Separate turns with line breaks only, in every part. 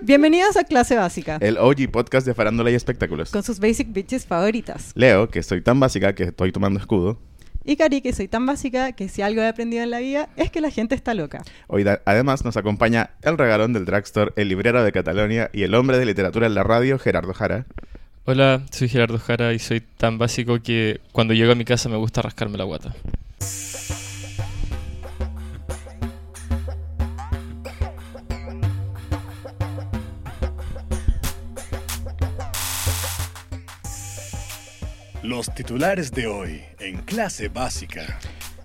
Bienvenidos a Clase Básica,
El OG podcast de farándula y espectáculos.
con sus basic bitches favoritas.
Leo, que soy tan básica que estoy tomando escudo.
Y Cari, que soy tan básica que si algo he aprendido en la vida es que la gente está loca.
Hoy da- además nos acompaña el regalón del dragstore, el librero de Cataluña y el hombre de literatura en la radio, Gerardo Jara.
Hola, soy Gerardo Jara y soy tan básico que cuando llego a mi casa me gusta rascarme la guata.
Los titulares de hoy en clase básica.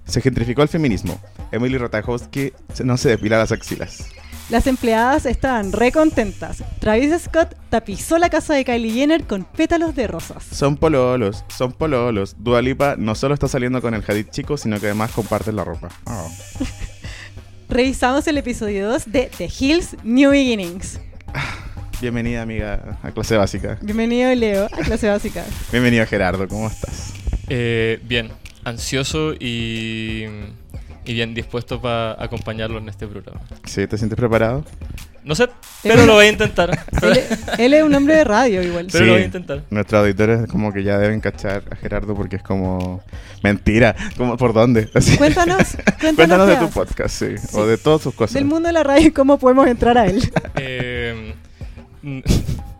Se gentrificó el feminismo. Emily Ratajkowski se- no se depila las axilas.
Las empleadas estaban recontentas. Travis Scott tapizó la casa de Kylie Jenner con pétalos de rosas.
Son pololos, son pololos. Dualipa no solo está saliendo con el Hadid chico, sino que además comparten la ropa. Oh.
Revisamos el episodio 2 de The Hills New Beginnings.
Bienvenida, amiga, a clase básica.
Bienvenido, Leo, a Clase Básica.
Bienvenido, Gerardo, ¿cómo estás?
Eh, bien, ansioso y, y bien dispuesto para acompañarlos en este programa.
¿Sí? ¿Te sientes preparado?
No sé, pero lo voy a intentar.
Él, él es un hombre de radio igual.
Pero lo voy a intentar.
Nuestros auditores como que ya deben cachar a Gerardo porque es como mentira, como por dónde. Así.
Cuéntanos, cuéntanos,
Cuéntanos
qué
de tu
haces.
podcast, sí,
Sí.
o de todas sus cosas.
Del mundo de la radio y cómo podemos entrar a él.
Eh, n-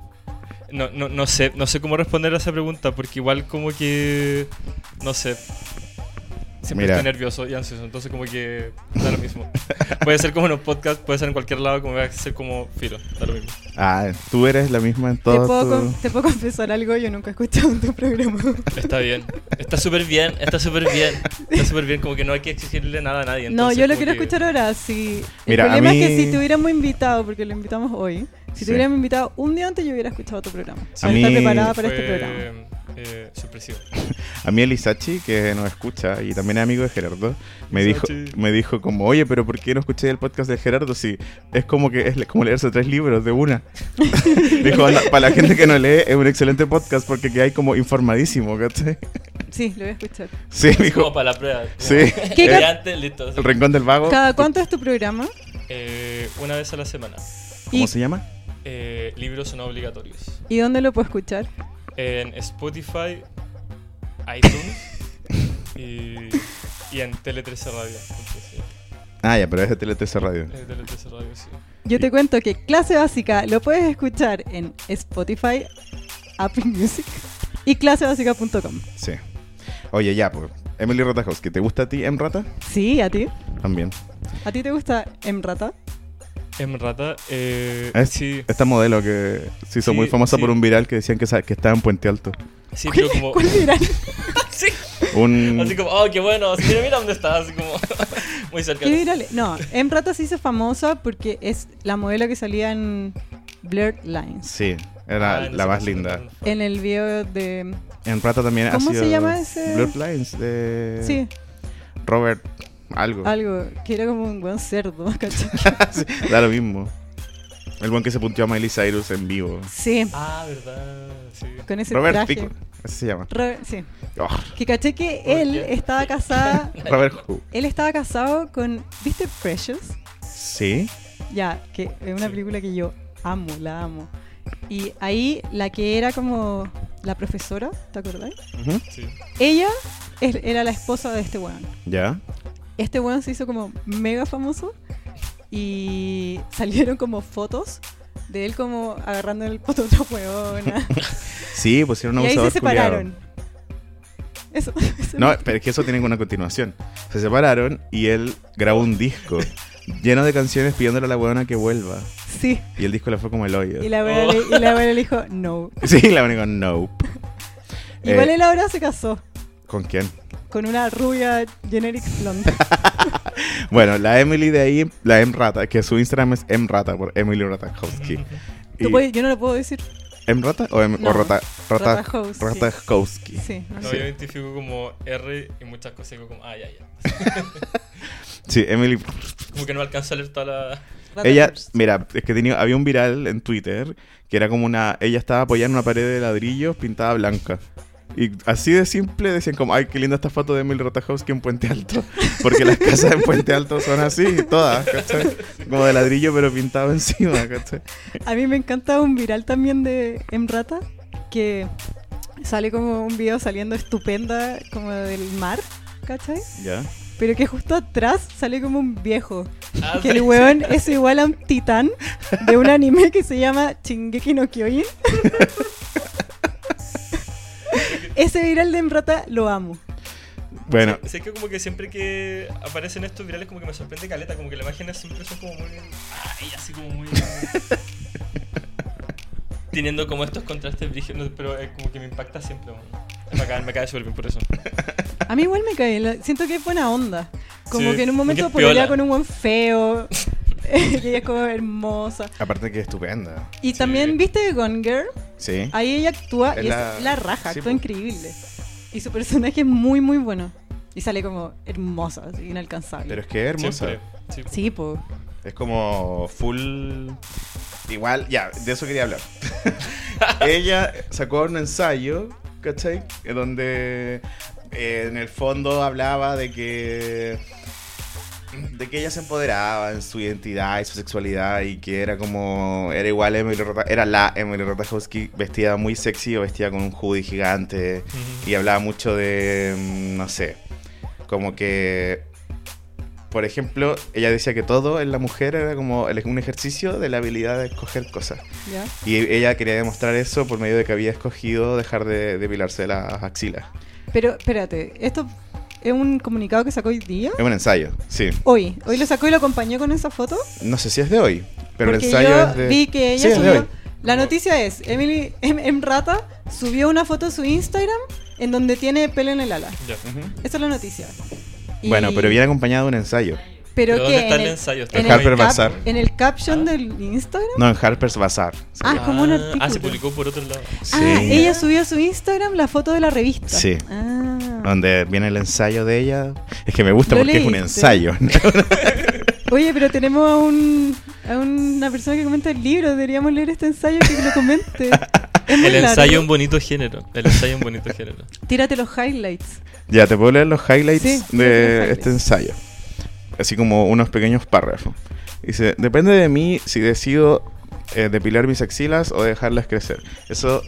no, no, no sé, no sé cómo responder a esa pregunta porque igual como que no sé. Siempre
Mira.
estoy nervioso y ansioso, entonces como que da lo mismo. puede ser como en un podcast, puede ser en cualquier lado, como va a ser como filo, da lo mismo.
Ah, tú eres la misma en
¿Te
todo.
puedo,
tu-
con- te puedo confesar algo, yo nunca he escuchado tu programa.
Está bien, está súper bien, está súper bien, está súper bien, como que no hay que exigirle nada a nadie.
no,
entonces
yo lo
como
quiero
que-
escuchar ahora. Si...
Mira, a
el problema es que
mí-
si te hubiéramos invitado, porque lo invitamos hoy, si
Sí.
te hubiéramos invitado un día antes, yo hubiera escuchado tu programa.
A
Para
mí-
estar preparada para este
Fue,
programa.
eh, sorpresivo.
A mí Elisachi, que nos escucha y también es amigo de Gerardo, me dijo,
Elisachi.
me dijo como, oye, pero ¿por qué no escuché el podcast de Gerardo? Si es como que es le- como leerse tres libros de una. dijo, "Anda, para la gente que no lee, es un excelente podcast porque que hay como informadísimo, ¿cachai?
Sí, lo voy a escuchar.
Sí,
Como
dijo.
para la prueba. como-
Sí.
¿Qué
Eh,
ca-
antes, listo.
El Rincón del Vago.
¿Cada cuánto es tu programa?
Eh, una vez a la semana.
¿Cómo
y-
se llama?
Eh, libros no obligatorios.
¿Y dónde lo puedo escuchar?
En Spotify, iTunes y, y en Tele 13 Radio. entonces, sí,
Ah, ya, pero es de Tele 13 Radio.
eh, Tele 13 Radio, sí.
Yo te cuento que Clase Básica lo puedes escuchar en Spotify, Apple Music y clasebásica.com.
Sí. Oye, ya, pues. Emily Ratajkowski, ¿te gusta a ti M Rata?
Sí, ¿a ti?
También.
¿A ti te gusta Emrata?
En Rata, eh,
Es-
sí.
Esta modelo que se hizo
Sí,
muy famosa
sí.
por un viral que decían que, sa- que estaba en Puente Alto.
Sí, pero como.
¿Cuál era?
Sí. Así
Un...
como, oh, qué bueno. así, mira, mira dónde está. Así como, muy cerca.
¿Qué viral? No, Emrata se hizo famosa porque es la modelo que salía en Blurred Lines.
Sí, era
Ah, en
la
ese
más
caso,
linda.
perdón.
En el video de...
M Rata también ha
¿Cómo
sido...
se llama ese?
Blurred Lines de...
Sí,
Robert algo.
algo, que era como un buen cerdo, ¿cachai?
Sí, da lo mismo. El buen que se punteó a Miley Cyrus en vivo.
Sí,
Ah, verdad. Sí.
con ese
Robert
traje.
Pico. Así se llama.
Robert- sí.
Oh,
Que caché que
¿Por
él
qué?
estaba casada...
Robert Who.
Él estaba casado con... ¿Viste Precious?
Sí.
Ya, que es una
Sí.
película que yo amo, la amo. Y ahí la que era como la profesora, ¿te acordás?
Ujú.
sí.
Ella es- era la esposa de este weón.
Ya.
Este weón se hizo como mega famoso y salieron como fotos de él como agarrando el poto a otra weona.
Sí, pusieron un
y ahí
abusador
se
culiao.
separaron. Eso, eso
No,
me-
pero es que eso tiene una continuación. Se separaron y él grabó un disco lleno de canciones pidiéndole a la weona que vuelva.
Sí,
Y el disco le fue como el hoyo.
y la weona
Oh.
le, y la weona le dijo no.
Sí, la weona con nope. Eh,
Igual él ahora se casó
¿Con quién?
con una rubia generic blonde.
Bueno, la Emily de ahí, la Mrata, que su Instagram es Mrata por Emily Ratajkowski.
Tú
Y-
puedes- yo no lo puedo decir.
¿Mrata o, M
No,
o Rata, Rata-
Ratajkowski.
Ratajkowski?
Sí, no
No,
sé.
yo identifico como R y muchas cosas. digo como, ah, ya, ya.
Sí, Emily
Como que no alcanzo a leer toda la.
Ella, mira, es que tenía, había un viral en Twitter que era como una. Ella estaba apoyada en una pared de ladrillos pintada blanca. Y así de simple decían como, ay, qué linda esta foto de Emily Ratajkowski en Puente Alto. Porque las casas en Puente Alto son así, todas, ¿cachai? Como de ladrillo pero pintado encima, ¿cachai?
A mí me encanta un viral también de Emrata que sale como un video saliendo estupenda como del mar, ¿cachai?
Ya.
Pero que justo atrás sale como un viejo.
Ah,
Que el
sí.
weón es igual a un titán de un anime que se llama Shingeki no Kyojin. Ese viral de Emrata lo amo.
Bueno,
Sé que como que siempre que aparecen estos virales como que me sorprende caleta, como que las imágenes siempre son como muy... Ay, así como muy... Teniendo como estos contrastes brígidos, pero eh, como que me impacta siempre. weón. Es bacán, me cae súper bien por eso.
A mí igual me cae, la- siento que es buena onda. Como
Sí,
que en un
porque
momento
es piola.
pololea con un buen feo. y ella es como hermosa.
aparte que es estupenda.
Y también, ¿viste Gone Girl?
Sí.
Ahí ella actúa
Es
y
la-
es la raja,
sí,
actúa
po.
increíble. Y su personaje es muy, muy bueno. Y sale como hermosa, así, inalcanzable.
Pero es que es hermosa.
Siempre. Sí.
Sí, po.
Es como full. Igual, ya, de eso quería hablar. Ella sacó un ensayo, ¿cachai? En Donde eh, en el fondo hablaba de que. De que ella se empoderaba en su identidad y su sexualidad y que era como. Era igual a Emily Rota- Era la Emily Ratajkowski vestida muy sexy o vestida con un hoodie gigante
Ujú.
y hablaba mucho de, mm, no sé, como que, por ejemplo, ella decía que todo en la mujer era como el- un ejercicio de la habilidad de escoger cosas.
¿Ya?
Y ella quería demostrar eso por medio de que había escogido dejar de depilarse las axilas.
Pero espérate, esto es un comunicado que sacó hoy día.
Es un ensayo, sí.
Hoy, hoy lo sacó y lo acompañó con esa foto.
No sé si es de hoy, pero
porque
el ensayo
yo
es de...
vi que ella
Sí, es de
subió.
hoy.
La noticia es, Emily em, Em Rata subió una foto a su Instagram en donde tiene pelo en el ala.
Ya.
Ujú.
Esa es la noticia. Y-
Bueno, pero viene acompañado de un ensayo.
Pero,
¿Pero
que
dónde está
en
el ensayo? ¿Está
en
en
el,
Harper
cap-
Bazaar?
en el caption
Ah.
del Instagram.
No, en Harper's Bazaar. sí.
Ah, es como un artículo.
Ah, se publicó por otro lado.
Sí.
Ah, ella subió a su Instagram la foto de la revista.
Sí.
Ah.
Donde viene el ensayo de ella. Es que me gusta
Lo
porque es un
leíste.
ensayo.
Oye, pero tenemos a, un, a una persona que comenta el libro. Deberíamos leer este ensayo que lo comente. Es muy
El
largo.
ensayo es un bonito género. El ensayo es un bonito género.
Tírate los highlights.
Ya, te puedo leer los highlights
Sí,
de
leer los highlights.
este ensayo. Así como unos pequeños párrafos. Dice, depende de mí si decido eh, depilar mis axilas o dejarlas crecer. Eso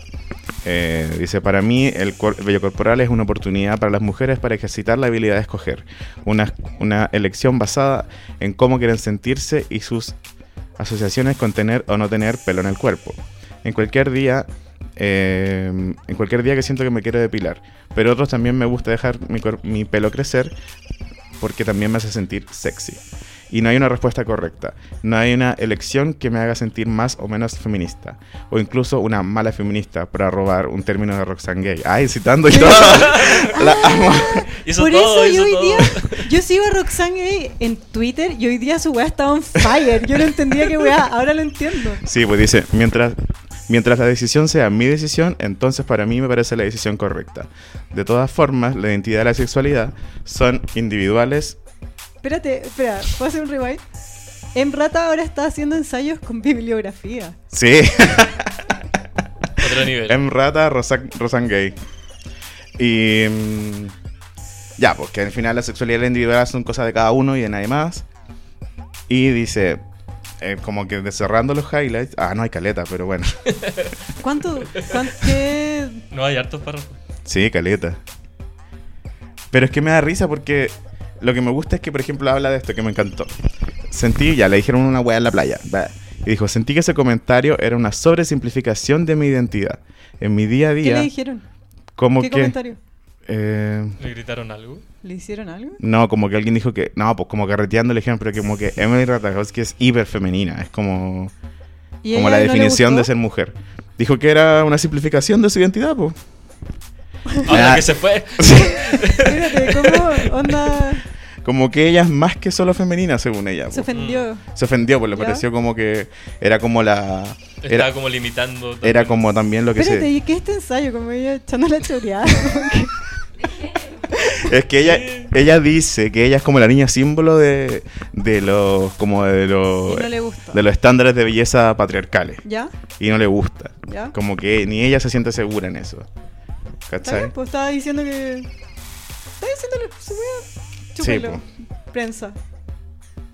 eh, dice, para mí el cuer- vello corporal es una oportunidad para las mujeres para ejercitar la habilidad de escoger. Una, una elección basada en cómo quieren sentirse y sus asociaciones con tener o no tener pelo en el cuerpo. En cualquier día, eh, en cualquier día que siento que me quiero depilar. Pero otros también me gusta dejar mi, cuer- mi pelo crecer porque también me hace sentir sexy. Y no hay una respuesta correcta. No hay una elección que me haga sentir más o menos feminista. O incluso una mala feminista para robar un término de Roxanne Gay. Ay, citando yo. La amo.
Hizo
Por
todo,
eso yo
hizo
hoy
todo.
día. Yo sigo a Roxanne Gay en Twitter y hoy día su weá estaba on fire. Yo no entendía qué weá, ahora lo entiendo.
Sí, pues dice, mientras, mientras la decisión sea mi decisión, entonces para mí me parece la decisión correcta. De todas formas, la identidad y la sexualidad son individuales.
Espérate, espera, ¿puedo hacer un rewind? En Rata ahora está haciendo ensayos con bibliografía.
Sí,
Otro nivel.
M. Rata, Rosa- Rosan Gay. Y... mm, Ya, porque al final la sexualidad y la individualidad son cosas de cada uno y de nadie más. Y dice, eh, como que cerrando los highlights... Ah, no hay caleta, pero bueno.
¿Cuánto? cuán- qué-
No hay hartos párrafos.
Sí, caleta. Pero es que me da risa porque lo que me gusta es que, por ejemplo, habla de esto que me encantó. Sentí, ya le dijeron una weá en la playa. bah, Y dijo, sentí que ese comentario era una sobresimplificación de mi identidad. En mi día a
¿Qué le
día,
dijeron?
como
¿Qué
que...
comentario?
eh,
¿Le gritaron algo?
¿Le hicieron algo?
no, como que alguien dijo que... No, pues como carreteando le dijeron, pero que como que Emily Ratajkowski es hiper femenina. Es como,
¿Y
como
ella
la
no le
definición de
gustó?
ser mujer. Dijo que era una simplificación de su identidad, pues. Ah,
Ahora que se fue.
Espérate, ¿cómo onda
Como que ella es más que solo femenina, según ella.
se
po.
ofendió?
se ofendió, pues le
¿Ya?
pareció como que era como la.
Estaba
Era,
como limitando. también.
era como también lo que
Espérate,
se.
¿y qué es este ensayo? Como ella echando la choreada.
Es que ella, ella dice que ella es como la niña símbolo de, de los. como de
y
los.
no le gustó.
de los estándares de belleza patriarcales.
¿Ya?
Y no le gusta.
¿Ya?
Como que ni ella se siente segura en eso.
Está bien,
¿Cachai?
pues estaba diciendo que. Estaba diciéndole su wea. Chúpalo. Prensa.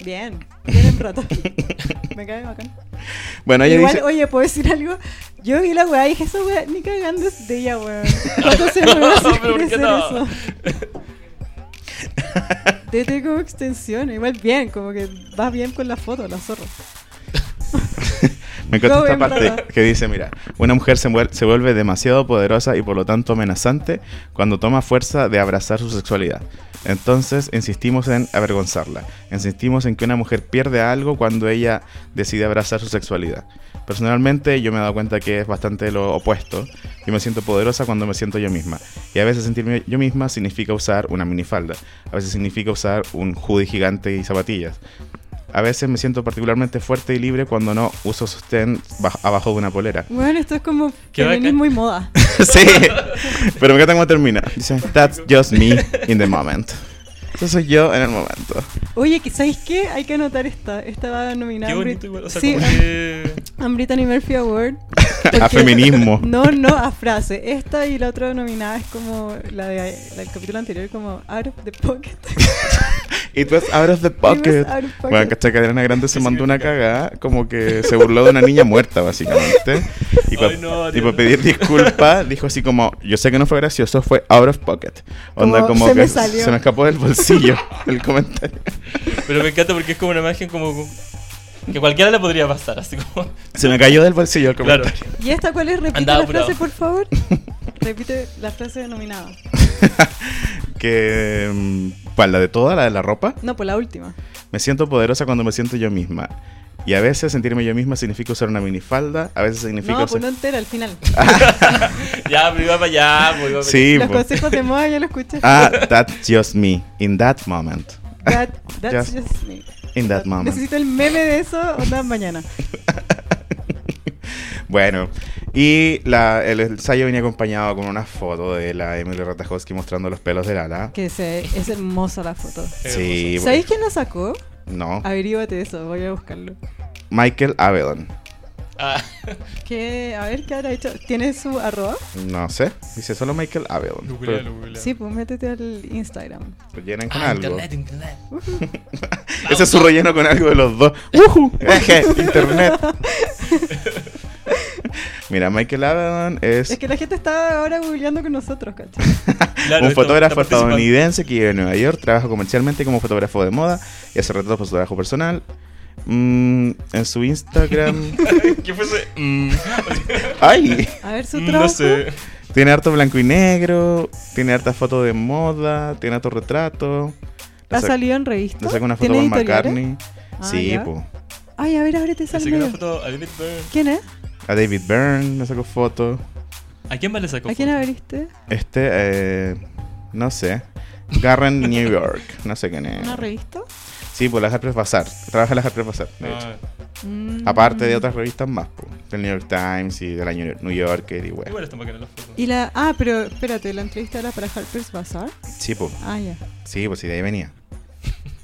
Bien. Bien en rato. Me cae bacán.
Bueno, ella
pues. Igual,
dice.
oye, ¿puedo decir algo? Yo vi la weá y dije, esa weá ni cagando es de ella, weón. ¿Cuánto se me va a hacer
Pero ¿por qué
crecer
no?
eso? Dete como extensión, igual bien, como que vas bien con la foto, la zorra.
Me encanta
Go
esta
en
parte
Prada.
que dice, mira, una mujer se, muer- se vuelve demasiado poderosa y por lo tanto amenazante cuando toma fuerza de abrazar su sexualidad. Entonces insistimos en avergonzarla, insistimos en que una mujer pierde algo cuando ella decide abrazar su sexualidad. Personalmente yo me he dado cuenta que es bastante lo opuesto. Yo me siento poderosa cuando me siento yo misma. Y a veces sentirme yo misma significa usar una minifalda. A veces significa usar un hoodie gigante y zapatillas. A veces me siento particularmente fuerte y libre cuando no uso sostén baj- abajo de una polera.
Bueno, esto es como
Qué bacán.
feminismo y moda.
sí, pero me encanta cómo termina. Dice, that's just me in the moment. Eso soy yo en el momento.
Oye, que- ¿sabéis qué? Hay que anotar esta. Esta va nominada.
Qué
a
bonito
Brit-
igual. O sea,
sí, ah.
como que.
a Brittany Murphy Award.
A
porque-
feminismo.
No, no, a frase. Esta y la otra nominada es como la, de, la del capítulo anterior, como Out of the Pocket.
It was out of pues, the
It
pocket.
was out of pocket.
Bueno, ¿cachai? Que Ariana Grande se mandó una cagada, como que se burló de una niña muerta, básicamente. Y, pa- y
Ay, no,
para
Ariana.
pedir disculpas, dijo así como, yo sé que no fue gracioso, fue out of pocket. Onda
Como,
como,
"Se
que
me salió".
se me escapó del bolsillo el comentario.
Pero me encanta porque es como una imagen como. Que cualquiera le podría pasar, así como.
Se me cayó del bolsillo el
Claro.
comentario.
¿Y esta cuál es? Repite
Andaba
la frase,
apurado.
por favor. Repite la frase nominada.
que mm, ¿cuál? la de toda la de la ropa
No, pues la última.
me siento poderosa cuando me siento yo misma y a veces sentirme yo misma significa usar una minifalda a veces significa
No,
usar...
pues no entera, al final.
Ya, pero iba para allá, pues, iba para allá.
Ah, sí
Los
po.
consejos de moda ya lo escuché.
ah that's just me in that moment
That- that's
Just-
just me.
in that moment
Necesito el meme de eso, onda mañana.
bueno y la- el ensayo venía acompañado con una foto de la Emily Ratajkowski mostrando los pelos de Lala
Que se, es hermosa la foto.
sí po.
¿Sabéis quién la sacó?
no
Averígate eso, voy a buscarlo.
Michael Avedon
Ah,
¿Qué? A ver, ¿qué habrá hecho? ¿Tiene su arroba?
no sé dice solo Michael Avedon
Lugulea,
pero
lugulea.
Sí, pues métete al Instagram.
lo llenan con
Ah,
algo
internet, internet.
Ese es su relleno con algo de los dos. ¡Ujú! Eje, Internet. Mira, Michael Avedon es,
Es que la gente está ahora googleando con nosotros, ¿cachai?
Claro,
un
está-
fotógrafo
está participando.
estadounidense que vive en Nueva York, trabaja comercialmente como fotógrafo de moda y hace retratos por su trabajo personal. Mm, en su Instagram.
¿Qué fue ese? Mm,
¡Ay!
A ver
Mm,
su trabajo.
no sé.
Tiene harto blanco y negro, tiene harta foto de moda, tiene harto retrato. Le
Ha
sac-
salido en revista.
le saca una foto
¿Tiene
con
editoriales?
McCartney.
Ah,
sí,
ya.
po.
Ay, a ver, ábrete esa
Le saqué una
medio.
foto a David Byrne.
¿Quién es?
A David Byrne le sacó foto.
¿A quién más le sacó
¿A quién
foto?
abriste?
Este, eh, no sé. Garren New York, no sé quién es.
¿Una revista?
Sí, por las Harper's Bazaar. Trabaja en las Harper's Bazaar, de hecho.
Ah,
Mm.
Aparte de otras revistas más, po, del New York Times y de la New New Yorker y weá.
Ah, igual están bacanas las fotos.
Y la. Ah, pero espérate, la entrevista era para Harper's Bazaar.
Sí, pues,
Ah, ya.
sí, pues, sí, de ahí venía.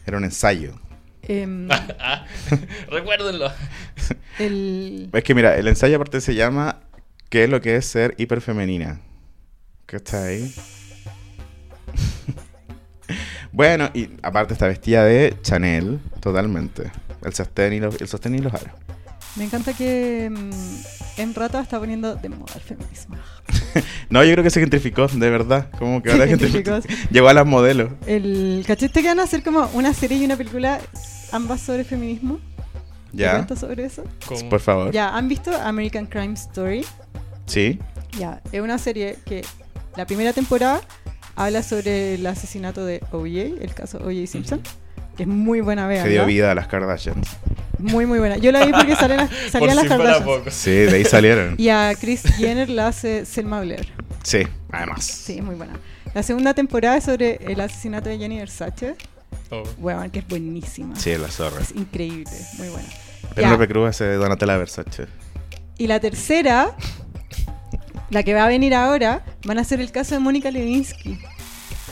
Era un ensayo.
Em,
Ah, recuérdenlo.
el.
Es que mira, el ensayo aparte se llama ¿Qué es lo que es ser hiperfemenina? ¿Qué está ahí? bueno, y aparte está vestida de Chanel, totalmente. El sostén y los, el sostén y los aros.
Me encanta que em, en Rata está poniendo de moda el feminismo.
No, yo creo que se gentrificó, de verdad. Como que ahora
Se
gentrificó.
gentrificó.
Llegó a las modelos.
El cachete que van a hacer como una serie y una película, ambas sobre feminismo. ¿Te
Ya.
cuento sobre eso?
¿Cómo?
Por favor.
Ya, ¿han visto American Crime Story?
Sí.
Ya, es una serie que la primera temporada habla sobre el asesinato de OJ, el caso OJ Simpson, que es muy buena,
Se dio
vean.
vida a las Kardashians.
Muy, muy buena. Yo la vi porque salen las,
Por
salían las
si fuera
Kardashians.
poco.
Sí, de ahí salieron.
Y a Chris Jenner la hace Selma Blair.
Sí, además.
Sí, es muy buena. La segunda temporada es sobre el asesinato de Jenny Versace.
Oh.
Weón, que es buenísima.
Sí, la zorra.
Es increíble, muy buena. Ya.
Penélope Cruz hace Donatella Versace.
Y la tercera, la que va a venir ahora, van a ser el caso de Mónica Levinsky.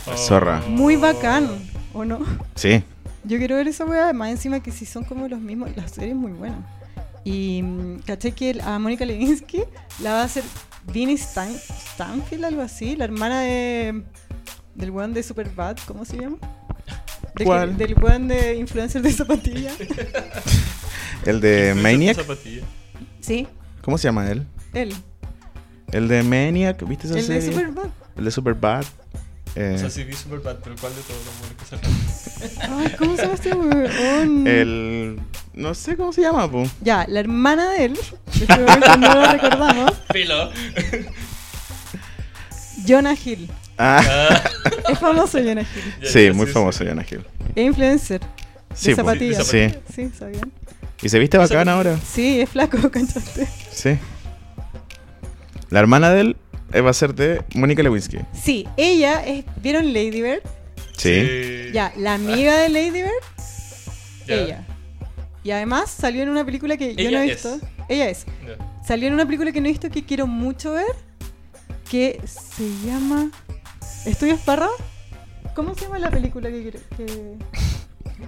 Oh,
La zorra.
Muy bacán, ¿o no?
Sí.
Yo quiero ver esa weá, además encima que si son como los mismos, la serie es muy buena. Y mm, caché que el- a Mónica Levinsky la va a hacer Vinnie Stan Stanfield, algo así, la hermana de, del weón de Superbad, ¿cómo se llama? Del,
¿Cuál?
Del weón de influencer de zapatilla.
El de Eh, Maniac.
Zapatilla.
sí,
¿Cómo se llama él?
él.
El de Maniac, ¿viste esa
El de
serie?
Superbad.
El de Superbad. Eh,
O sea, sí vi Superbad, pero ¿cuál de todos los buenos que salen?
Ay, ¿cómo se llama este weón?
El. No sé cómo se llama, po.
Ya, la hermana de él, de este weón que no lo recordamos,
Pelo.
Jonah Hill.
Ah,
Ah,
Es famoso Jonah Hill.
ya,
sí,
ya,
muy famoso Jonah Hill.
Es influencer.
Sí,
de
po.
zapatillas.
sí.
Sí, sabían.
Y se viste bacán ahora.
Sí, es flaco, ¿cachaste?
Sí. La hermana de él eh, va a ser de Mónica Lewinsky.
Sí, ella es. ¿Vieron Lady Bird?
Sí.
Ya, la amiga de Lady Bird,
Ya.
ella. Y además salió en una película que yo
Ella
no he
es.
visto. Ella es.
Ya.
Salió en una película que no he visto que quiero mucho ver. Que se llama. ¿Estudios Parra? ¿Cómo se llama la película que quiero.? Que...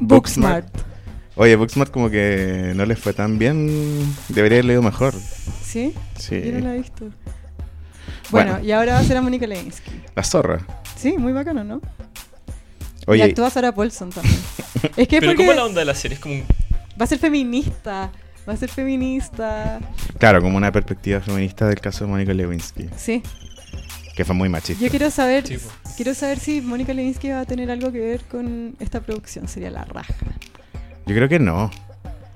Booksmart.
Booksmart.
Oye, Booksmart como que no les fue tan bien. Debería haber leído mejor.
¿Sí?
Sí.
Yo no la he visto. Bueno,
Bueno.
y ahora va a ser a Mónica Lewinsky.
La zorra.
Sí, muy bacano, ¿no? Y
Oye,
actúa Sarah Paulson también. es que es
Pero
porque
¿cómo es la onda de la serie? Es como un...
va a ser feminista. Va a ser feminista.
claro, como una perspectiva feminista del caso de Mónica Lewinsky,
Sí.
que fue muy machista.
Yo quiero saber,
Sí, po.
quiero saber si Mónica Lewinsky va a tener algo que ver con esta producción. Sería la raja.
Yo creo que no.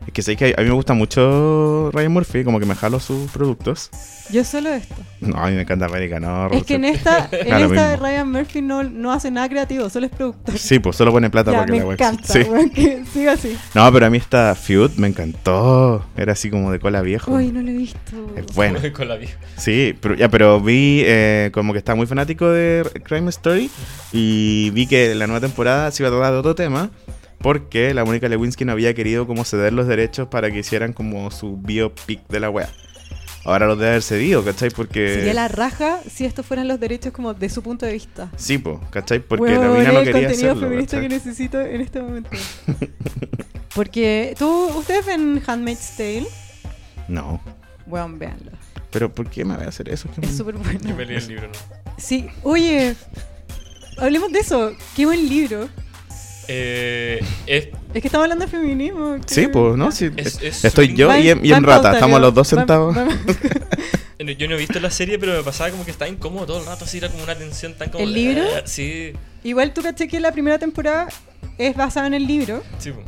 Es que sé que a mí me gusta mucho Ryan Murphy, como que me jalo sus productos.
Yo solo esto.
No, a mí me encanta América, no.
Es que en
Roberto.
esta, en
Da lo
esta de
mismo.
Ryan Murphy no, no hace nada creativo, solo es productor.
Sí, pues solo pone plata
Ya,
para que
me
la wea
encanta,
exista. Sí.
weón, que siga así.
No, pero a mí esta feud me encantó. Era así como de cola viejo.
Uy, no lo he visto.
Es bueno.
Con la vieja.
Sí, pero ya, pero vi eh, como que estaba muy fanático de R- Crime Story y vi que la nueva temporada se iba a tratar de otro tema porque la Mónica Lewinsky no había querido como ceder los derechos para que hicieran como su biopic de la wea. Ahora los debe haber cedido, ¿cachai? Porque...
Sería la raja si estos fueran los derechos como de su punto de vista.
Sí, po, ¿cachai? Porque
Huevón,
la mina no
el
quería
contenido
hacerlo.
feminista
¿cachai?
que necesito en este momento. Porque tú, ustedes ven Handmaid's Tale,
No,
weón, véanlo.
pero ¿por qué me voy a hacer eso?
Es súper bueno.
Yo me leí el libro, ¿no?
Sí, oye, hablemos de eso. Qué buen libro.
Eh, es,
Es que estamos hablando de feminismo. que-
Sí, pues, ¿no? Sí,
Es- es
estoy
un-
yo
Va
y, en- y
va
en rata,
pauta,
estamos
creo.
los dos
Va-
sentados.
va-
yo no he visto la serie, pero me pasaba como que estaba incómodo todo el rato, así era como una tensión tan como...
¿El libro?
"Ah", Sí,
Igual tú caché que la primera temporada es basada en el libro.
sí. po.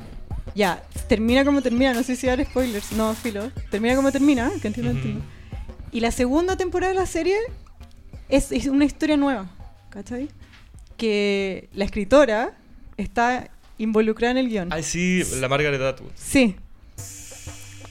Ya, termina como termina, no sé si dar spoilers, no, filo. Termina como termina, que entiendo,
Ujú.
entiendo. Y la segunda temporada de la serie es, es una historia nueva, ¿cachai? Que la escritora está involucrada en el guión.
Ay, sí, la Margaret Atwood.
Sí.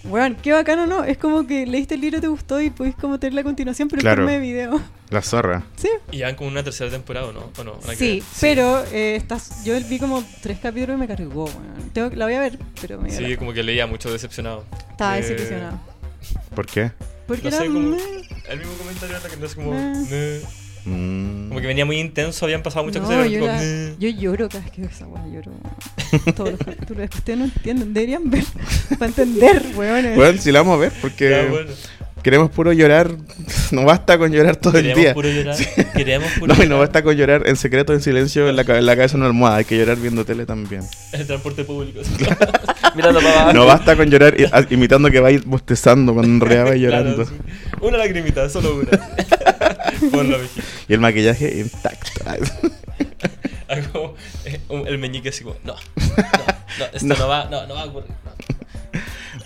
Bueno, qué bacano, ¿no? Es como que leíste el libro, te gustó y podés como tener la continuación, pero
Claro.
en forma de video.
La zorra.
Sí.
Y ya como una tercera temporada, ¿o no? ¿O no? Nada que
Sí,
ver.
pero eh, estás, yo vi como tres capítulos y me cargó, weón. Tengo- la voy a ver, pero me dio
Sí,
lata.
como que leía mucho decepcionado.
Estaba
Eh,
desilusionado.
¿Por qué?
Porque
no
era...
sé, como-
meh.
El mismo comentario era que no es como...
Nah.
"Nah".
Mm.
Como que venía muy intenso, habían pasado muchas
No,
cosas. y
yo,
era como,
la-
"Nah".
yo lloro cada vez que veo esa weá, lloro. weón. Todos los capítulos que ustedes no entienden, deberían ver para entender, weones.
Bueno, Mm. si la vamos a ver, porque
Ya, bueno.
queremos puro llorar. No basta con llorar todo el
Queríamos
día.
puro llorar. Queríamos puro
No, y
llorar.
no basta con llorar en secreto, en silencio, en la, ca- en la cabeza en una almohada. Hay que llorar viendo tele también.
El transporte público. Mirando para abajo.
No basta con llorar i- a- imitando que va a ir bostezando cuando en realidad va llorando.
Claro, sí. Una lagrimita, solo una. Por la mejilla.
Y el maquillaje intacto.
Hago eh, un- el meñique así como, no, no, no, esto no, va, no, no va a ocurrir. no.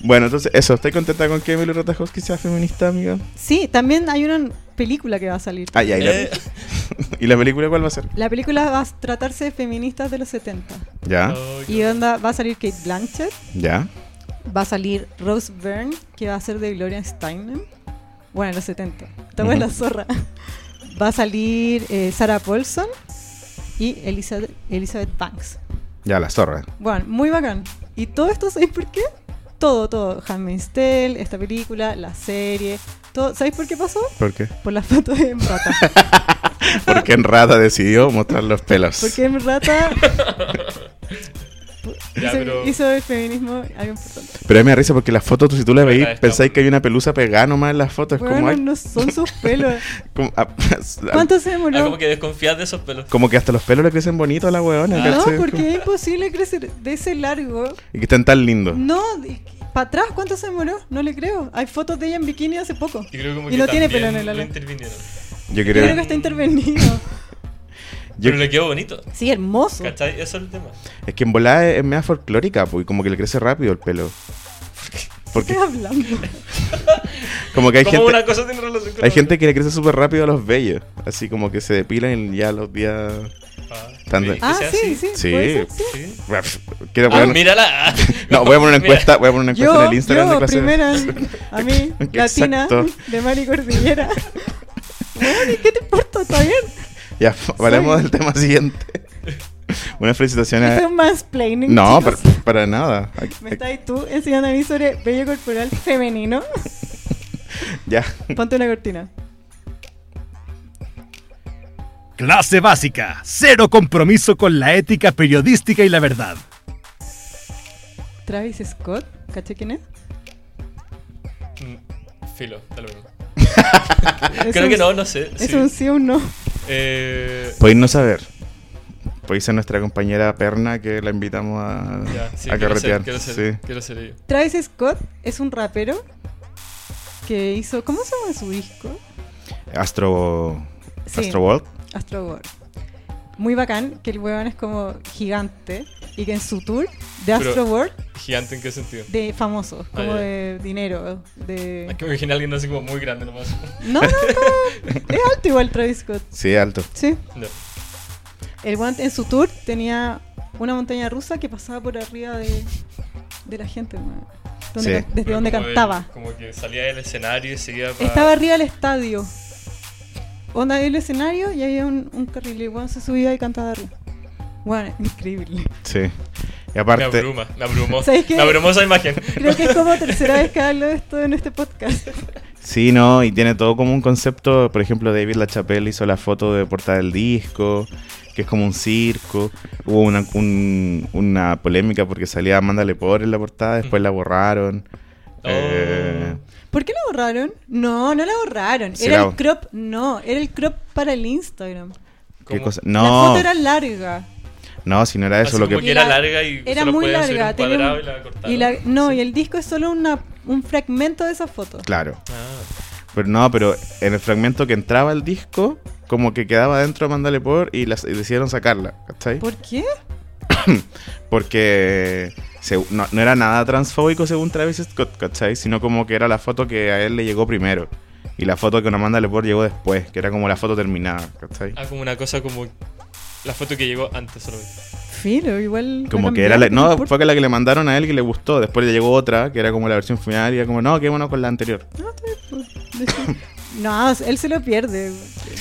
Bueno, entonces, eso. ¿Estoy contenta con que Emily Ratajkowski sea feminista, amiga?
Sí, también hay una película que va a salir.
Ay, ay, la-
Eh,
¿Y la película cuál va a ser?
La película va a tratarse de feministas de los 70.
Ya,
oh, qué
Y onda, va a salir Kate Blanchett,
ya.
va a salir Rose Byrne, que va a ser de Gloria Steinem. Bueno, en los 70. Estamos en la
Ujú.
zorra. Va a salir eh, Sarah Paulson y Elizabeth, Elizabeth Banks.
Ya, la zorra.
Bueno, muy bacán. ¿Y todo esto sabéis por qué? Todo, todo. Handmaid's Tale, esta película, la serie, todo. ¿Sabéis por qué pasó?
¿Por qué?
Por las fotos de Rata.
Porque en Rata decidió mostrar los pelos.
Porque en Rata
Ya,
hizo,
pero-
hizo del feminismo algo importante.
Pero a mí me da risa porque las fotos, tú, si tú las
Pero
veis,
la está-
pensáis que hay una pelusa pegada nomás en las fotos. Es como,
Bueno,
ay,
no son sus pelos.
como, ah,
¿Cuánto se
Ah,
demoró?
como que desconfías de esos pelos.
como que hasta los pelos le crecen bonito a la weona.
Ah.
No,
¿cachai?
porque es imposible crecer de ese largo.
Y que están tan lindos.
No, para atrás, ¿cuánto se demoró? No le creo. Hay fotos de ella en bikini hace poco.
Yo creo como
Y
que
no tiene
también
pelo en el
lo
ala.
intervinieron.
Yo
Yo creo
creo.
que está intervenido.
yo-
Pero le quedó bonito.
Sí, hermoso.
¿Cachai? Eso es el tema.
es que en volada es, es media folclórica, pues, y como que le crece rápido el pelo.
¿Qué
Porque
estás hablando?
como que hay
como
gente,
una cosa tiene relación con la
hay gente que le crece súper rápido a los vellos. Así como que se depilan y ya los días.
otra.
Tanto.
¿Y que
Ah,
sea
sí,
así?
sí.
Sí.
puede ser, sí.
Sí.
Quiero
Ah,
poner-
mírala.
no, voy a poner una
Mira.
encuesta, voy a poner una encuesta
Yo,
en el Instagram
yo
de clase.
primera, a mí, latina,
Exacto.
de Mari Cordillera. Bueno, ¿y ¿qué te importa? ¿Está bien?
Ya, hablemos
Soy-
del tema siguiente. una felicitación
Este es
a...
un mansplaining,
No,
chicos.
para, para nada.
Me estás tú enseñando a mí sobre bello corporal femenino.
Ya.
Ponte una cortina.
Clase básica, cero compromiso con la ética periodística y la verdad.
Travis Scott, ¿caché quién es?
Mm, Filo, da lo mismo.
Es
Ah, Creo
un-
que no, no sé.
Es
sí.
un sí o un no.
Eh,
Podéis no saber. Podéis ser nuestra compañera Perna que la invitamos a,
ya, sí,
a
quiero
carretear.
ser, quiero ser,
sí.
quiero ser yo.
Travis Scott es un rapero que hizo. ¿Cómo se llama su disco?
Astro.
Sí.
Astro World.
Astro World. Muy bacán, que el weón es como gigante y que en su tour de
Pero-
Astro World,
¿Gigante en qué sentido?
de famosos, como
ya. Ah,
de dinero, de.
Es que me imagino a alguien así como muy grande nomás.
No, no, no. es alto igual Travis Scott.
Sí, alto.
Sí.
No.
El weón en su tour tenía una montaña rusa que pasaba por arriba de, de la gente, weón. Donde
Sí.
can- desde
Pero
donde
como
cantaba.
él, como que salía del escenario y seguía para...
Estaba arriba del estadio. Onda el escenario y había un, un carril. Y el weón se subía y cantaba arriba. Bueno, increíble.
Sí. Y
Me
aparte.
abruma, me abrumó.
¿Sabes qué?
Me abrumó esa imagen.
Creo que es como tercera vez que hablo de esto en este podcast.
Sí, no, y tiene todo como un concepto. Por ejemplo, David LaChapelle hizo la foto de portada del disco, que es como un circo. Hubo una, un- una polémica porque salía Amanda Lepore en la portada, después la borraron.
Mm. Oh.
Eh,
¿Por qué la borraron? No, no la borraron.
Sí,
era
la-
el crop, no, era el crop para el Instagram.
¿Qué
Como-
cosa?
La
No,
foto era larga.
no, si no era eso
Así
lo que.
como que era
Y la-
larga y
Era
solo
muy
podían subir
larga.
un
tenía
cuadrado
un-
y la cortaron.
y la- no,
Sí.
y el disco es solo una, un fragmento de esa foto.
Claro.
Ah,
Pero no, pero en el fragmento que entraba el disco, como que quedaba dentro Amanda Lepore y, las, y decidieron sacarla, ¿cachai?
¿Por qué?
Porque se- no, no era nada transfóbico según Travis Scott, ¿cachai? Sino como que era la foto que a él le llegó primero. Y la foto que con Amanda Lepore llegó después, que era como la foto terminada, ¿cachai?
Ah, como una cosa como... La foto que llegó antes solamente.
Filo, igual. la
Como que era la,
cambiaron,
No,
importa.
fue que la que le mandaron a él que le gustó. Después le llegó otra, que era como la versión final, y era como, no, quedémonos con la anterior.
No, él se lo pierde.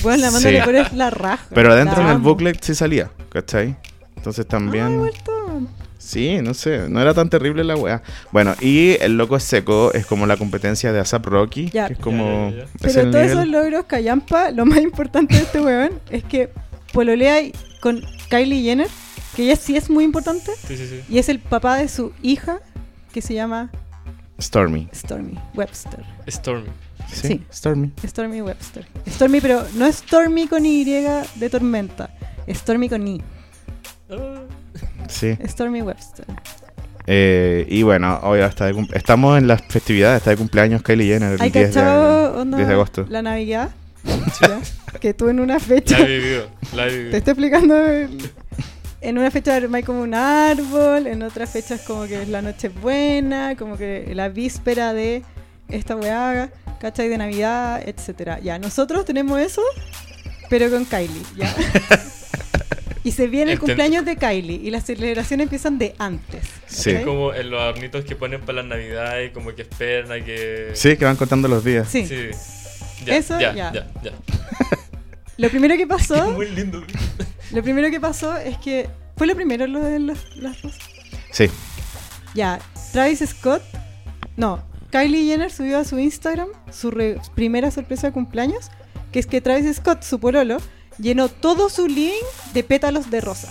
Bueno, la manda
Sí.
le pones la raja.
Pero adentro
La
en el
amo.
booklet sí salía, ¿cachai? Entonces también...
Ah, igual todo.
Sí, no sé, no era tan terrible la weá. Bueno, y el loco es seco, es como la competencia de ASAP Rocky,
Ya.
que es como.
Ya, ya, ya.
es
Pero
el
todos
nivel.
esos logros callampa, lo más importante de este weón es que pololea y- con Kylie Jenner, que ella sí es muy importante,
Sí, sí, sí.
y es el papá de su hija, que se llama
Stormy.
Stormy Webster.
Stormy.
¿Sí?
Sí.
Stormy.
Stormy Webster. Stormy, pero no Stormy con Y de tormenta. Stormy con I.
Ah.
Sí.
Stormy Webster.
Eh, y bueno, obvio, está de cum- estamos en las festividades, está de cumpleaños Kylie Jenner
¿Hay
el 10 de,
cachado onda,
10 de agosto.
la Navidad? Ya, que tú en una fecha
La he vivido, la he
Te
vivido.
estoy explicando. el- En una fecha hay como un árbol, en otras fechas como que es la noche buena, como que la víspera de esta weá, ¿cachai? De Navidad, etcétera. Ya, nosotros tenemos eso, pero con Kylie, ya. y se viene el
Enten-
cumpleaños de Kylie y las celebraciones empiezan de antes.
Sí.
¿cachai?
Como en los adornitos que ponen para las navidades y como que esperan a que...
Sí, que van contando los días.
Sí.
Sí. Ya,
Eso,
ya,
ya.
ya, ya.
Lo primero que pasó,
Muy lindo.
lo primero que pasó es que fue lo primero lo de los- las rosas.
Sí.
Ya, Travis Scott. No, Kylie Jenner subió a su Instagram su re- primera sorpresa de cumpleaños, que es que Travis Scott, su pololo, llenó todo su living de pétalos de rosa.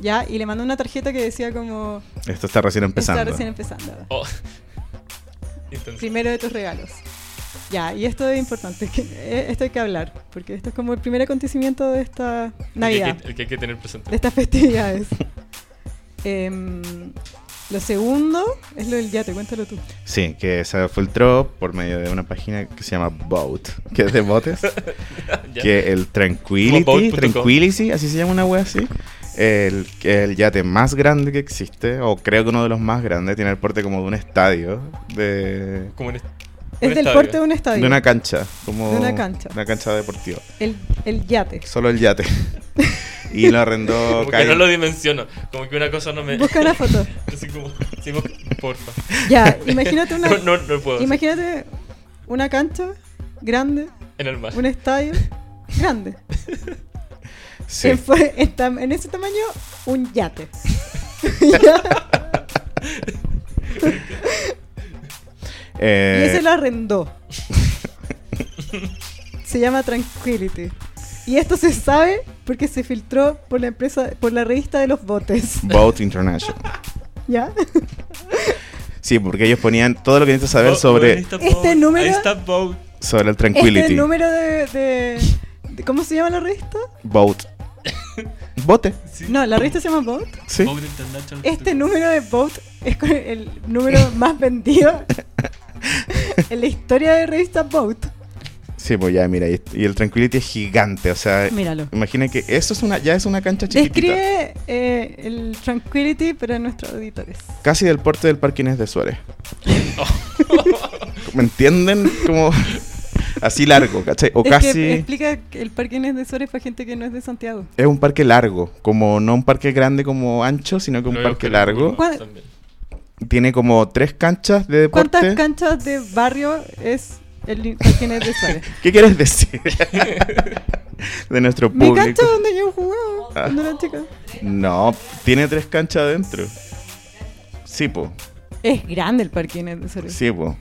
¿ya? Y le mandó una tarjeta que decía como...
Esto está recién empezando.
Está recién empezando.
Oh. Intenso.
Primero de tus regalos. Ya, y esto es importante, que, eh, esto hay que hablar, porque esto es como el primer acontecimiento de esta Navidad,
El que, hay que- el que hay que tener presente.
de estas festividades. Em, lo segundo es lo del yate, cuéntalo tú.
Sí, que se filtró por medio de una página que se llama Boat, que es de botes.
Ya.
que el
Como
Tranquility,
boat.com.
Tranquility, así se llama una wea así. El, el yate más grande que existe, o creo que uno de los más grandes, tiene el porte como de un estadio, de,
Como en este, est-
Es
un
del
estadio.
porte de un estadio.
de una cancha, como
De una cancha.
una cancha deportiva.
el, el yate.
Solo el yate. y lo arrendó
Como que
Calle-
no lo dimensiono. Como que una cosa no me.
Busca una foto.
Así como. sí, bu- porfa.
Ya, imagínate una,
No, no, no puedo. así,
imagínate una cancha grande,
En el mar.
un estadio grande.
Sí.
En, fue- en tam- en ese tamaño, un yate. Ya,
Eh,
Y ese lo arrendó. Se llama Tranquility. Y esto se sabe porque se filtró por la empresa, por la revista de los botes.
Boat International.
¿Ya?
Sí, porque ellos ponían todo lo que necesitas saber
Bo-
sobre,
bonita
Este
boat. Ahí
número-
está boat.
sobre el
Este
Tranquility.
es el número de, de- de- ¿Cómo se llama la revista?
Boat. Bote,
Sí.
No, la revista se llama Boat.
sí.
Boat International.
Este número de Boat es con el número más vendido en la historia de revista Boat.
Sí, pues ya, mira, y, y el Tranquility es gigante, o sea,
Míralo.
imagina que eso es una, ya es una cancha Eh, chiquitita,
Describe eh, el Tranquility para nuestros auditores.
casi del porte del parque Inés de Suárez.
Oh.
¿Me entienden? Como así largo, ¿cachai? O
es
casi...
que explica que el parque Inés de Suárez para gente que no es de Santiago.
Es un parque largo, como no un parque grande como ancho, sino que un
Lo veo
parque
que lo
largo.
ocupo
¿Cuál-
también.
Tiene como tres canchas de deporte.
¿Cuántas canchas de barrio es el in- parque Inés de Suárez?
¿Qué quieres decir? de nuestro
Mi
público. Ah.
cancha donde yo jugaba cuando era chica.
No, tiene tres canchas adentro. Sí, po.
Es grande el parque Inés de Suárez.
Sí, po.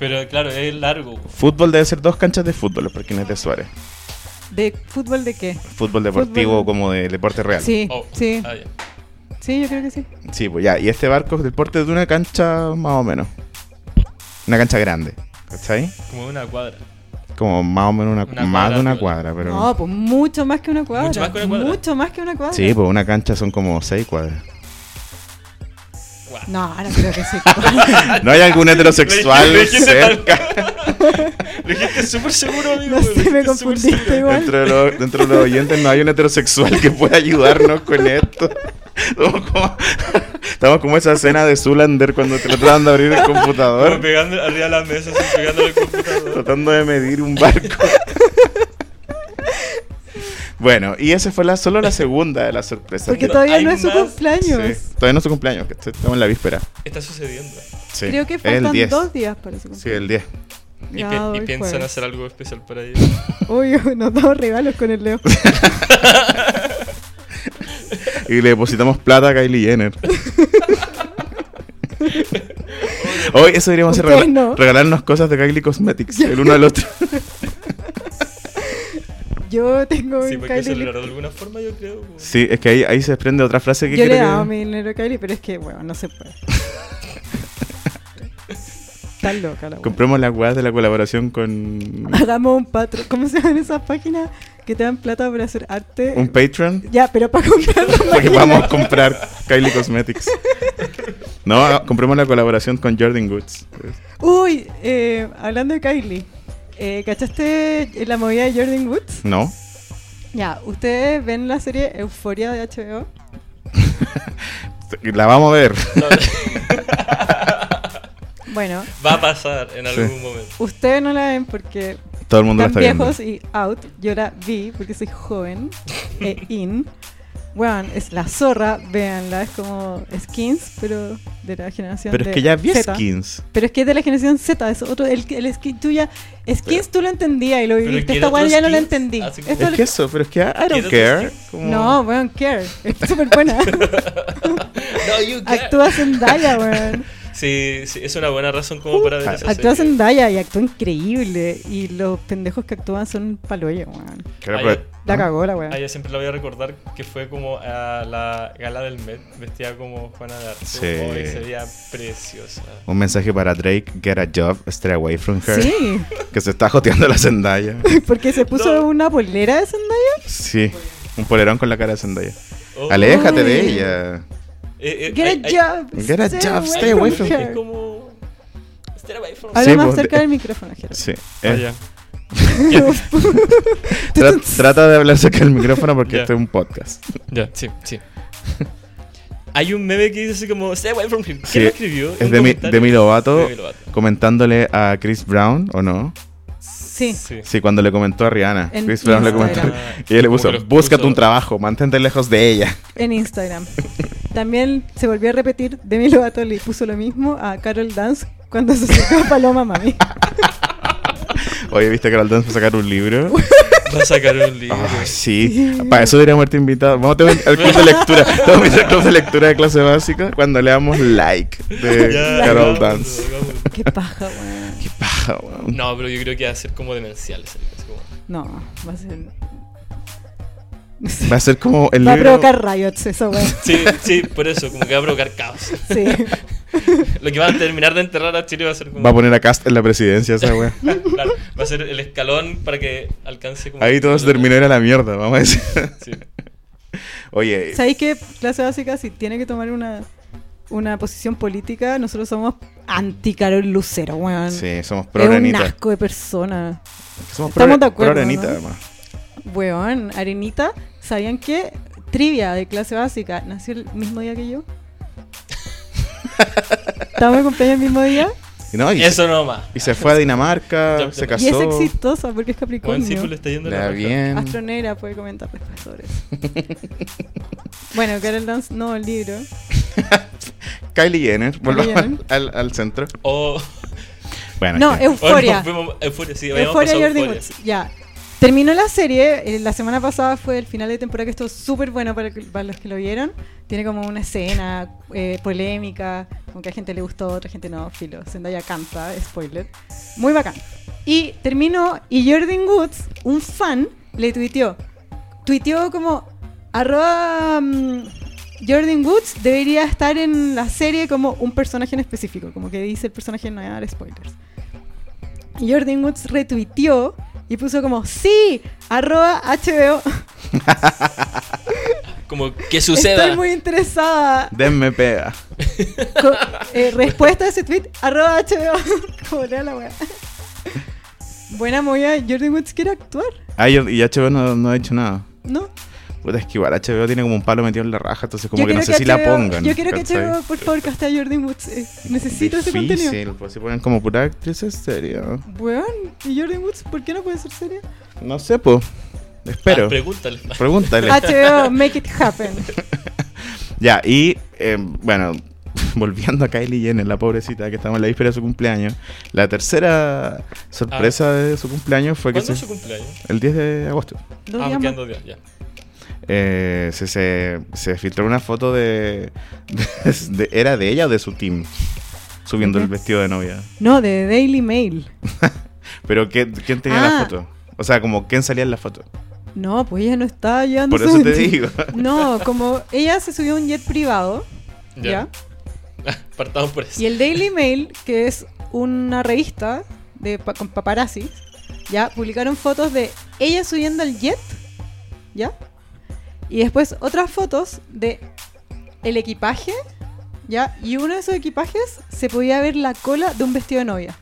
Pero claro, es largo.
Fútbol debe ser dos canchas de fútbol, los parques Inés de Suárez.
¿De fútbol de qué?
Fútbol deportivo
Fútbol.
como de deporte real.
Sí,
Sí.
Oh,
sí,
ah, ya.
sí, yo creo que sí.
pues ya. Y este barco es del porte de una cancha más o menos. Una cancha grande. ¿Cachai?
Como una cuadra.
Como más o menos una,
Una
más
cuadra,
de una
pero-
cuadra, pero.
No, pues mucho más que una cuadra.
Mucho más que una cuadra.
Mucho más que una cuadra.
Sí, pues una cancha son como seis cuadras.
Guau.
No, no creo que sí.
Ah,
No hay algún heterosexual
Le dijiste tal-
cerca.
Lo dijiste súper seguro,
No
amigo. lo
sé,
dijiste
me
súper seguro.
confundiste igual.
Dentro de, los, dentro de los oyentes no hay un heterosexual que pueda ayudarnos con esto. Estamos como, estamos como esa escena de Zulander cuando tratan de abrir el
Como
computador,
pegando arriba de la mesa, así, pegando al computador.
tratando de medir un barco. Bueno, y esa fue la, solo la segunda de las sorpresas.
Porque
Sí,
todavía
Hay
no es su
más,
cumpleaños.
todavía no es su cumpleaños, que estamos en la víspera.
Está sucediendo.
Sí,
Creo que
es el
faltan
10.
dos días para su
Sí,
cumpleaños.
el 10.
Y,
Ya,
pi- y
Ah,
hoy
piensan
jueves.
hacer algo especial para ellos.
Uy, nos damos regalos con el Leo.
Y le depositamos plata a Kylie Jenner. Hoy eso deberíamos hacer,
Ustedes
regala-
no.
regalarnos cosas de Kylie Cosmetics, el uno al otro.
Yo tengo
Sí,
un
porque se
Kylie.
celebrará de alguna forma, yo creo. po.
Sí, es que ahí, ahí se desprende otra frase que
Yo le he
creo
dado
que-
mi dinero a Kylie, pero es que, bueno, no se puede. Está loca la wea.
Compremos las weas de la colaboración con
Hagamos un patro. ¿Cómo se llaman esas páginas que te dan plata para hacer arte?
un Patreon
Ya, pero para comprar la
porque
máquina.
vamos a comprar Kylie Cosmetics. No, haga- compremos la colaboración con Jordan Goods.
Uy, eh, hablando de Kylie, eh, ¿cachaste la movida de Jordan Woods?
No,
Ya, ¿ustedes ven la serie Euforia de HBO?
la vamos a ver.
No,
Bueno,
va a pasar en
Sí.
algún momento.
ustedes no la ven porque
Todo el mundo la
tan
está viendo.
viejos y out. Yo la vi porque soy joven e in. Bueno, es la zorra, véanla, es como skins, pero de la generación
Pero es
de
que ya vi
Z.
skins.
Pero es que es de la generación Z, es otro, el, el skin tuya, skins tú lo entendías y lo
pero
viviste,
¿quiere
esta
otro
guay ya no la
skins?
entendí.
Así como-
Esto
Es
lo-
que eso, pero es que I don't
¿Quieres
care.
skins?
Como-
No, weón, care. Es súper buena.
No, you
Actúa Zendaya, weón.
Sí, sí, es una buena razón como para
Claro.
deshacerse.
Actúa Zendaya y actúa increíble. Y los pendejos que actúan son un paloyo, weón.
Creo
Ay,
que-
La
¿Ah?
cagó la weá.
Ah, yo siempre la voy a recordar que fue como a la gala del Met, vestida como Juana de Arco. Oh,
Sí.
y se veía preciosa.
Un mensaje para Drake, get a job, stay away from her.
Sí,
Que se está joteando la Zendaya.
porque se puso
No.
una polera de Zendaya.
Sí, un polerón con la cara de Zendaya.
Oh.
Aléjate
Ay.
de ella.
Eh, eh,
Get
hay-
a job.
Get a job, stay away from
hay-
her.
Es como. Stay away from
Habla
Sí,
más
pues,
cerca
de-
del micrófono, Jero.
Sí.
Ah,
eh,
ya.
tra- trata de hablar cerca del micrófono porque
Ya.
este es un podcast.
Ya, sí, sí. Hay un meme que dice así como "Este Stay away from him. ¿Quién
Sí,
lo escribió?
Es de mi, Demi Lovato
Lovato.
comentándole a Chris Brown, ¿o no?
Sí.
Sí. Ah,
Sí, cuando le comentó a Rihanna.
En
Chris Brown le comentó.
Instagram.
Y ella le
Como
puso,
que los
búscate
puso-
un trabajo, mantente lejos de ella.
En Instagram. También se volvió a repetir, Demi Lovato le puso lo mismo a Carol Dance cuando se acercó a Paloma Mami.
Oye, ¿viste que Carol Dance va a sacar un libro?
Va a sacar un libro.
Ah, sí. Para eso deberíamos haberte invitado. Vamos a tener el club de lectura. Vamos a hacer el club de lectura de clase básica cuando le damos like de
Ya,
Carol
vámonos,
Dance.
vámonos.
Qué paja, weón.
Qué paja, weón.
No, pero yo creo que va a ser como demencial. ese libro, así como-
No, va a ser.
Va a ser como el
Va a
libro.
provocar riots eso, weón.
Sí, sí, por eso, como que va a provocar caos.
Sí.
Lo que va a terminar de enterrar a Chile va a ser como.
Va a poner a Cast en la presidencia esa weá.
Claro, va a ser el escalón para que alcance como.
Ahí todo se terminó y era la mierda, vamos a decir.
Sí.
Oye,
¿Sabéis que clase básica, si tiene que tomar una, una posición política, nosotros somos anti-Carol Lucero, weón.
sí, somos pro
Es un
Arenita.
asco de persona.
Somos pro,
Estamos de
pro
acuerdo,
Arenita,
¿no?
además.
Weón, Arenita, ¿sabían qué? Trivia de clase básica. ¿Nació el mismo día que yo? ¿Estamos de cumpleaños el mismo día?
Y, no, y,
Eso nomás.
y se fue a Dinamarca, se
Y es
casó.
exitosa porque es
Juan sí, pues,
Capricornio.
le está yendo
le
la
da
raja.
bien.
Astronera puede comentar después sobre eso. bueno, Carol Dance, no, el libro.
Kylie Jenner, volvamos
Jenner.
Al, al centro.
O.
Bueno,
No,
es que-
Euforia.
o no, fuimos- euforia, sí, habíamos
Euforia
pasado
Jordi
Euforia.
Woods. Ya. Terminó la serie. eh, La semana pasada fue el final de temporada que estuvo súper bueno para, que- para los que lo vieron. Tiene como una escena eh, polémica, como que a gente le gustó, a otra gente no, filo. Zendaya canta, spoiler. Muy bacán. Y terminó y Jordan Woods, un fan, le tuiteó. Tuiteó como arroba mm, Jordan Woods debería estar en la serie como un personaje en específico, como que dice el personaje no voy a dar spoilers. Y Jordan Woods retuiteó y puso como sí, arroba HBO.
Como que suceda.
Estoy muy interesada.
denme pega.
Co- eh, respuesta a ese tweet, arroba HBO. como lea la wea. Buena movida, Jordan Woods quiere actuar,
Ah, y y HBO no, no ha hecho nada.
¿no?
Puta, es que igual HBO tiene como un palo metido en la raja, entonces como que
quiero
no sé si la
HBO
pongan.
Yo quiero que
¿cachai?
HBO, por favor, caste a Jordan Woods. eh, necesito ese contenido.
Difícil, pues si ponen como pura actriz en serio.
Weón, ¿y Jordan Woods por qué no puede ser seria?
No sé, pues. Espero.
Ah, pregúntale.
Pregúntale.
Ah, HBO, make it happen.
ya, y eh, bueno, volviendo a Kylie Jenner, la pobrecita que estamos en la víspera de su cumpleaños. La tercera sorpresa de su cumpleaños fue que
Ah. ¿Cuándo es
se-
su cumpleaños?
el 10 de agosto
Dos
ah,
días
me
más.
quedan dos días, ya.
eh, se, se, se filtró una foto de, de- de- ¿Era de ella o de su team? Subiendo el
Ujú.
vestido de novia.
No, de Daily Mail.
Pero ¿qué- ¿quién tenía la
Ah.
foto? O sea, como ¿quién salía en la foto?
No, pues ella no estaba llevando
Por
su
eso te
vestido.
digo.
No, como ella se subió a un jet privado,
Ya.
¿ya?
Partamos por eso.
Y el Daily Mail, que es una revista de pa- con paparazzis, ¿ya? Publicaron fotos de ella subiendo al jet, ¿ya? Y después otras fotos de el equipaje, ¿ya? Y uno de esos equipajes se podía ver la cola de un vestido de novia.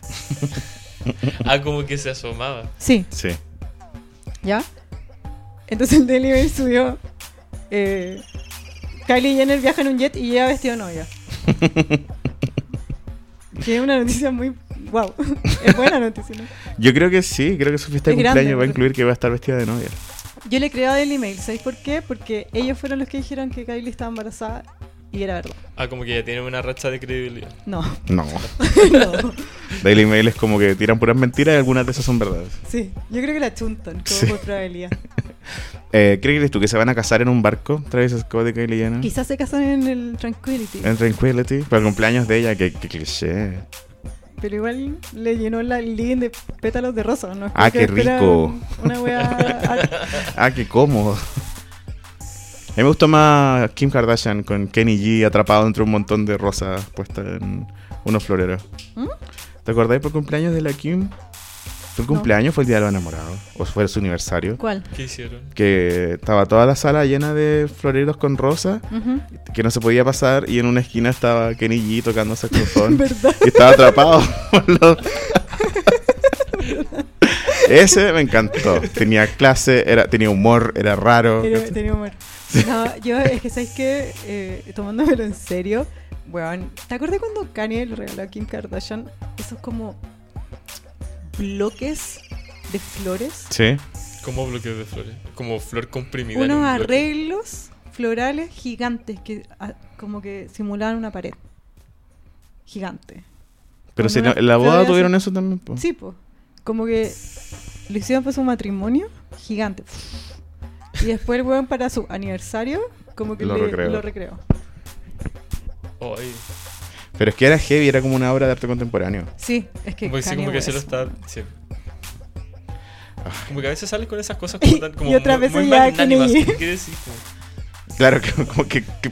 Ah, como que se asomaba.
Sí,
Sí.
¿Ya? Entonces el Daily Mail subió. eh, Kylie Jenner viaja en un jet y llega vestido de novia. que es una noticia muy. ¡Wow! Es buena noticia, ¿no?
Yo creo que sí, creo que su fiesta de
Es grande,
cumpleaños va a
pero-
incluir que va a estar vestida de novia.
Yo le creo a Daily Mail, ¿sabéis por qué? Porque ellos fueron los que dijeron que Kylie estaba embarazada y era verdad.
Ah, como que ya tiene una racha de credibilidad.
No,
No.
no.
Daily Mail es como que tiran puras mentiras y algunas de esas son verdades.
Sí, yo creo que la chuntan, como
Sí.
por probabilidad.
Eh, ¿Qué crees tú? ¿Que se van a casar en un barco? Travis Scott y Kylie Jenner.
Quizás se casan en el Tranquility.
En Tranquility. Para el cumpleaños de ella. Qué, qué cliché.
Pero igual le llenó la lin de pétalos de rosa, ¿no?
Ah,
Creo que
qué rico.
esperaban Una weá.
Ah, qué cómodo. A mí me gustó más Kim Kardashian con Kenny G atrapado entre un montón de rosas puestas en unos floreros.
¿Mm?
¿Te acordáis por cumpleaños de la Kim? ¿Tu cumpleaños fue el día de los enamorados? ¿O fue su aniversario?
¿Cuál?
¿Qué hicieron?
Que estaba toda la sala llena de floreros con rosas
Ujú.
que no se podía pasar y en una esquina estaba Kenny G tocando saxofón
¿Verdad?
y estaba atrapado. por los- Ese me encantó. Tenía clase, era, tenía humor, era raro.
Era- tenía humor. No, yo es que, ¿sabes qué? Eh, tomándomelo en serio, weón. ¿Te acuerdas cuando Kanye le regaló a Kim Kardashian esos como bloques de flores?
Sí.
Como bloque de flores. Como flor comprimida. en
Unos
un bloque.
arreglos florales gigantes que ah, como que simulaban una pared. Gigante.
Pero
Con
si
una-
no- en la boda
todavía
tuvieron eso también. po.
Sí, pues. Como que lo hicieron para su matrimonio gigante. Y después el weón para su aniversario, como que
Lo
le-
recreó.
lo recreó.
Ay,
Pero es que era heavy, era como una obra de arte contemporáneo.
Sí, es que.
como que, sí,
Kanye
como que se lo
West.
está. sí. Como que a veces salen con esas cosas
Y-
como, tan, como
y otra vez
muy
ella que
magnánimas,
ni-
¿Qué decir? Como,
Claro, que, como que, que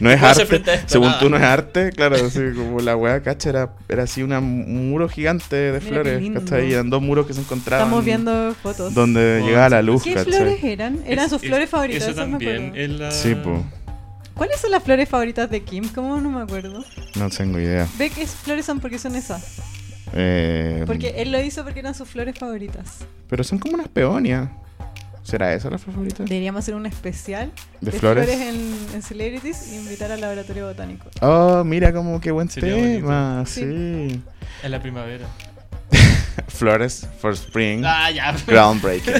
no es
puedo hacer
arte.
frente a esto?
Según
Nada.
tú no es arte, claro, así como la weá cacha era, era así una- un muro gigante de
Mira qué
flores.
lindo.
¿cachai? Eran dos muros que se encontraban.
Estamos viendo fotos.
Donde
Oh,
llegaba
sí.
la luz,
¿Qué
¿cachai?
flores eran? Eran
es-
sus
es-
flores favoritas.
Eso
esas me
también.
acuerdo.
es la-
Sí, po.
¿Cuáles son las flores favoritas de Kim? ¿Cómo no me acuerdo?
No tengo idea.
Ve que es- flores son porque son esas.
Eh,
Porque él lo hizo porque eran sus flores favoritas.
Pero son como unas peonias. ¿Será esa la flor favorita? De,
Deberíamos hacer un especial
flores.
en, en Celebrities y invitar al laboratorio botánico.
Oh, mira como qué buen
Sería
tema.
bonito.
Sí.
Es la primavera.
Flores for Spring.
Ah, ya.
Groundbreaking.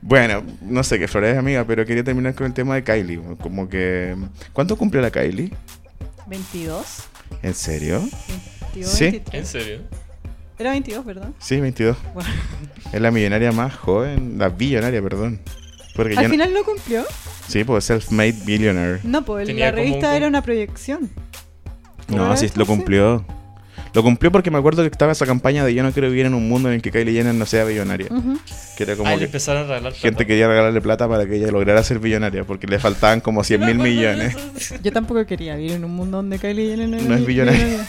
bueno, no sé qué flores, amiga, pero quería terminar con el tema de Kylie. Como que. ¿Cuánto cumplió la Kylie?
22.
¿En serio?
22
Sí.
23.
¿En serio?
Era 22, ¿verdad?
Sí, 22.
Wow.
Es la millonaria más joven. La billonaria, perdón. Porque ya
Al
no-
final lo cumplió.
Sí, pues self-made billionaire.
No, pues
Tenía
la
como un
revista
cum-
era una proyección.
No,
Ah,
sí, lo
entonces-
cumplió. Lo cumplió porque me acuerdo que estaba esa campaña de yo no quiero vivir en un mundo en el que Kylie Jenner no sea billonaria.
Ujú.
Que era como
ah, le
que
empezaron a regalar plata.
gente quería regalarle plata para que ella lograra ser billonaria porque le faltaban como 100 mil millones.
Yo tampoco quería vivir en un mundo donde Kylie Jenner no, era
No es
ni-
billonaria.
ni- ni-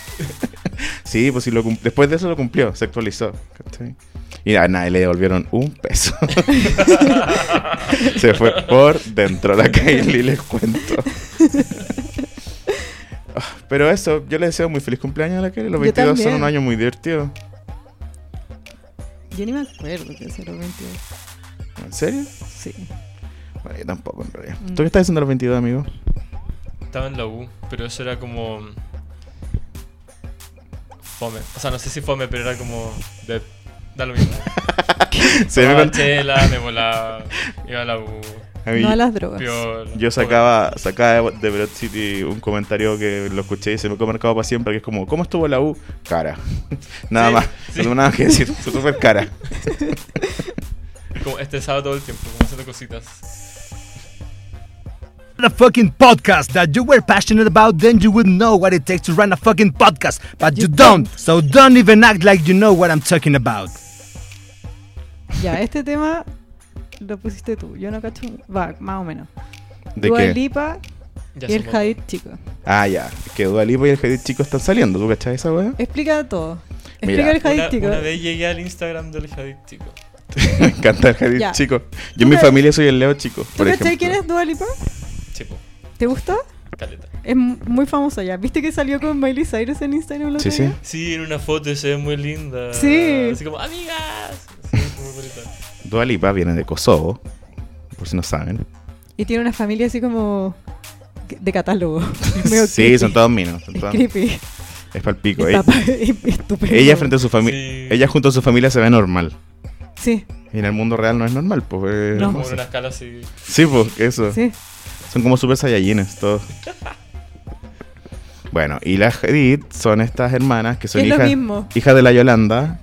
Sí, pues sí, lo cum- después de eso lo cumplió, se actualizó. ¿cachai? Y a nadie le devolvieron un peso. se fue por dentro la Kylie, les cuento. Ah, Pero eso, yo le deseo muy feliz cumpleaños a la Kylie. Los
Yo
22 son
también.
un año muy divertido.
Yo ni me acuerdo que era 22.
¿En serio?
Sí.
Bueno, yo tampoco, en realidad.
Mm.
¿Tú qué estás haciendo a los 22, amigo?
Estaba en la U, pero eso era como. Fome. O sea, no sé si fome, pero era como. De... Da lo mismo.
Se me
Tomaba
cont-
chela, me volaba. Iba a la U.
A mí-
No a las drogas.
piola,
Yo sacaba, sacaba de Broad City un comentario que lo escuché y se me quedó marcado para siempre, que es como, ¿cómo estuvo la U? Cara. nada
Sí,
más.
sí.
No tengo nada que decir. Fue súper cara.
fome. Como estresado todo el tiempo, como haciendo cositas.
Run a fucking podcast that you were passionate about, then you would know what it takes to run a fucking podcast. But you,
You
don't, so don't even act like you know what I'm talking about.
Ya, este tema lo pusiste tú. Yo no cacho. Va, más o menos.
¿De
Dua
qué?
Lipa
Ya
y
se
el
montó.
Hadid chico.
Ah, ya. Que Dua Lipa y el Hadid chico están saliendo. ¿Tú cachás esa weá?
Explica todo. Explica
Mira,
el Hadid
Una,
chico.
una vez llegué al Instagram del jadístico.
me encanta el Hadid
Ya.
chico. Yo en mi
ca-
familia soy el Leo chico.
¿Tú
Por
cachai
ejemplo.
quién es Dua Lipa?
Chico,
¿Te gustó?
caleta.
Es mu- muy famosa ya. ¿Viste que salió con Miley Cyrus en Instagram? el
Sí,
otro
sí.
día?
Sí, en una foto se ve muy linda.
Sí.
Así como, amigas. Sí, muy bonita.
Dua Lipa viene de Kosovo. Por si no saben.
Y tiene una familia así como de catálogo. Es medio
Sí, son
creepy.
todos minos. son
Es
todos-
creepy.
Es palpico.
Está
Ella,
pa- es estupendo.
ella frente a su familia.
Sí.
Ella junto a su familia se ve normal.
Sí,
Y en el mundo real no es normal, pues. eh,
No.
Como en
hermosa.
una escala así.
Sí, pues, eso.
sí.
Son como super saiyajines todos. Bueno, y las Edith son estas hermanas que son
Es lo
hijas,
mismo.
hijas de la Yolanda.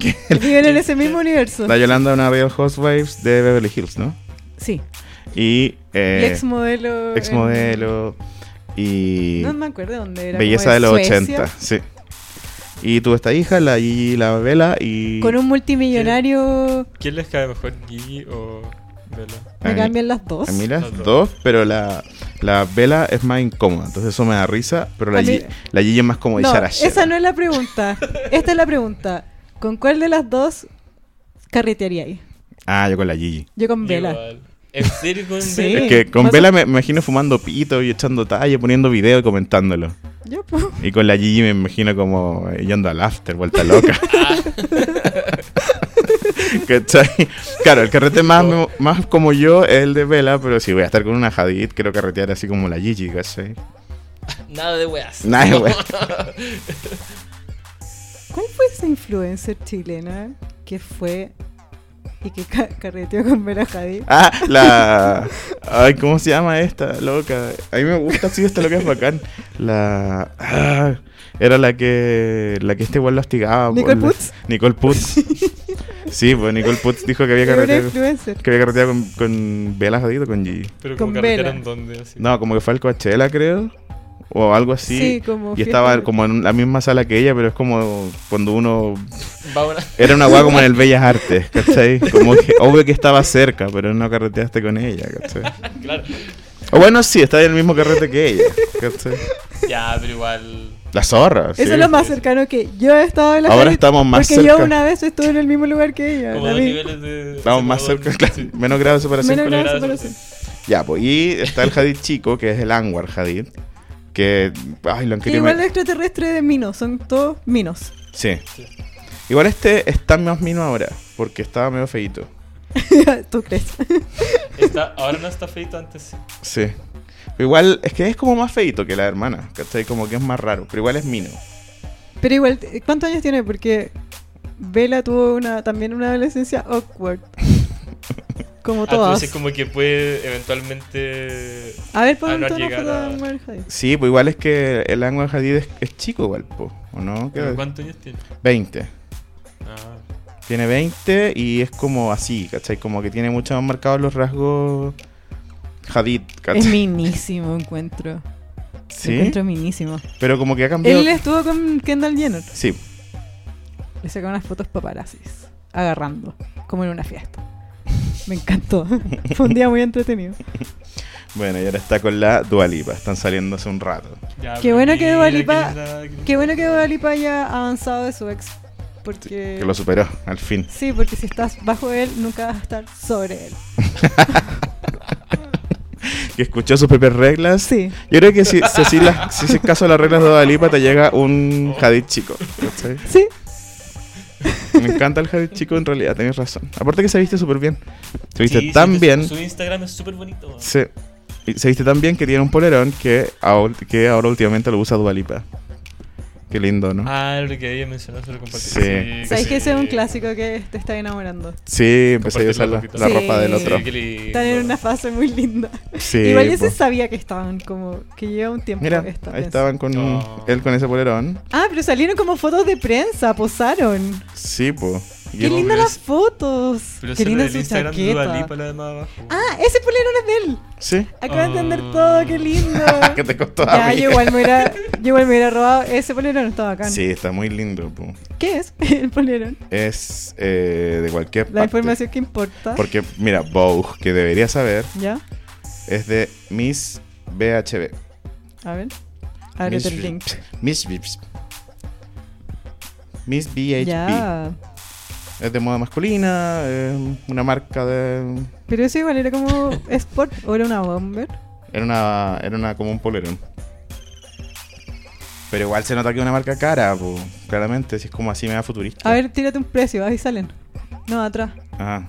que-
Viven en ese mismo universo.
la Yolanda es una Real Housewives de Beverly Hills, ¿no?
Sí.
Y eh,
Y ex modelo.
ex modelo y
No me acuerdo dónde era.
belleza
como
de los
Suecia,
80, sí. Y tuvo esta hija, la Gigi, la Vela y
Con un multimillonario.
¿Quién les cae mejor, Gigi o Bella?
A
Me
mí-
cambian las dos.
Ah, a mí las
Las dos.
dos, pero la la Vela es más incómoda, entonces eso me da risa, pero la,
A mí-
Gigi, la Gigi es más como
No,
dicharachera.
esa no es la pregunta. Esta es la pregunta. ¿Con cuál de las dos carretearíais?
Ah, yo con la Gigi.
Yo con Vela.
Igual. ¿En serio con
Sí.
Bella?
Es que con
Pasa-
Vela me, me imagino fumando pito y echando talla, poniendo video y comentándolo.
Yo, pues.
Y con la Gigi me imagino como yendo al after, vuelta loca. ¿Cachai? Claro, el carrete más,
No.
más como yo es el de Vela, pero si voy a estar con una Hadid, quiero carretear así como la Gigi, ¿cachai?
Nada de weas.
Nada, güey.
¿Cuál fue esa influencer chilena que fue y que ca- carreteó con Vera Hadid?
Ah, la. Ay, ¿cómo se llama esta loca? A mí me gusta así, esta loca es bacán. La. ah, era la que. La que este igual lastigaba. por
¿Nicole
la-
Putz?
Nicole Putz. sí, pues Nicole Putz dijo que había
Era una
carreteado.
influencer.
Que había carreteado con, con Bella Hadid o con Gigi.
Pero
Con
como carretearon
Bella.
donde así.
No, como que fue al Coachella, creo. O algo así.
Sí, como
y
fiesta
estaba
de-
como en la misma sala que ella, pero es como cuando uno.
Va a una-
Era una guagua como en el Bellas Artes, ¿cachai? Como que, obvio que estaba cerca, pero no carreteaste con ella, ¿cachai?
Claro.
O bueno, sí, está en el mismo carrete que ella, ¿cachai?
Ya, pero igual.
La zorra, sí.
Eso es lo más cercano que yo he estado de la
Ahora
Hadid,
estamos más
Porque
cerca.
yo una vez estuve en el mismo lugar que ella.
Como
la
dos
vi.
niveles de.
Estamos más cerca,
separación.
claro,
Sí.
menos grados de separación.
Menos
Pero
grados
era
de
eso,
separación.
Ya, pues, y está el Hadid chico, que es el Anwar Hadid, que... Ay, lo han
Que
querido
igual
met-
los extraterrestres de Minos, son todos Minos.
Sí. Igual este está más mino ahora, porque estaba medio feito.
¿Tú crees?
Está, ahora no está feito antes. sí.
Sí. Pero igual, es que es como más feito que la hermana, ¿cachai? Como que es más raro, pero igual es mino.
Pero igual, eh, ¿cuántos años tiene? Porque Vela tuvo una también una adolescencia awkward. Como
Ah, tú
todas.
dices como que puede eventualmente.
A ver, pon
Ah, no
toda la
llegar
foto
a-
de Anwar Hadid.
Sí, pues igual es que el Anwar Hadid es, es chico igual, po, ¿o no? ¿Qué-
¿Pero ¿Cuántos años tiene?
20.
Ah.
Tiene 20 y es como así, ¿cachai? Como que tiene mucho más marcados los rasgos Hadid,
Es
¿cachai?
minísimo encuentro.
Sí,
Encuentro minísimo.
pero como que ha cambiado.
Él estuvo con Kendall Jenner.
Sí,
Le sacó unas fotos paparazzis. Agarrando. Como en una fiesta. Me encantó. Fue un día muy entretenido.
bueno, y ahora está con la Dualipa, están saliendo hace un rato.
Ya,
Qué
pero
bueno que
mira,
Dua Lipa-
linda, linda.
Qué bueno que Dua Lipa haya avanzado de su ex. Porque...
Que lo superó, al fin.
Sí, porque si estás bajo él, nunca vas a estar sobre él.
Que escuchó sus propias reglas.
Sí.
Yo creo que si, si, así las- si es caso a las reglas de Dualipa, te llega un Hadid chico, ¿cachai?
Sí.
Me encanta el Hadid chico, en realidad, tenés razón. Aparte que se viste súper bien. Se viste
Sí, sí,
tan
su-
bien.
Su Instagram es súper bonito.
Sí. Y se viste tan bien que tiene un polerón que ahora, que ahora últimamente lo usa Dualipa. Qué lindo, ¿no?
Ah, lo que había mencionado se lo compartí.
Sí.
Sabes que ese es un clásico que te está enamorando.
sí, empecé a usar Pues la,
Compartir
la
la ropita.
ropa del
Sí.
otro.
Sí, qué lindo.
Están en una fase muy linda.
Sí. pues.
Igual yo sí
po.
sabía que estaban como. que lleva un tiempo.
Mira,
esta
ahí
prensa.
estaban con
No.
él con ese polerón.
Ah, pero salieron como fotos de prensa, posaron.
Sí, po. Y
Qué
él-
lindas
pero
las
es-
fotos.
Pero
Qué
ese
linda
del
su
Instagram de Dua Lipa,
chaqueta.
la de más abajo.
Ah, ese polerón es de él.
Sí.
Acabo de entender
Ah.
todo, qué lindo.
que te costó
Ah. ya,
amiga.
yo igual me hubiera, yo igual me hubiera robado ese polerón, está bacán.
Sí, está muy lindo, po.
¿Qué es el polerón?
Es eh, de cualquier
La
parte.
información que importa.
Porque, mira, Vogue, que debería saber,
¿Ya?
es de Miss BHB.
A ver. Ábrete el link.
Miss Vips. Miss BHB.
Ya.
Es de moda masculina, eh, una marca de...
Pero eso igual era como sport o era una bomber.
Era una, era una como un polerón. Pero igual se nota que es una marca cara, po. claramente, si es como así me da futurista.
A ver, tírate un precio, ahí salen. No, atrás.
Ajá.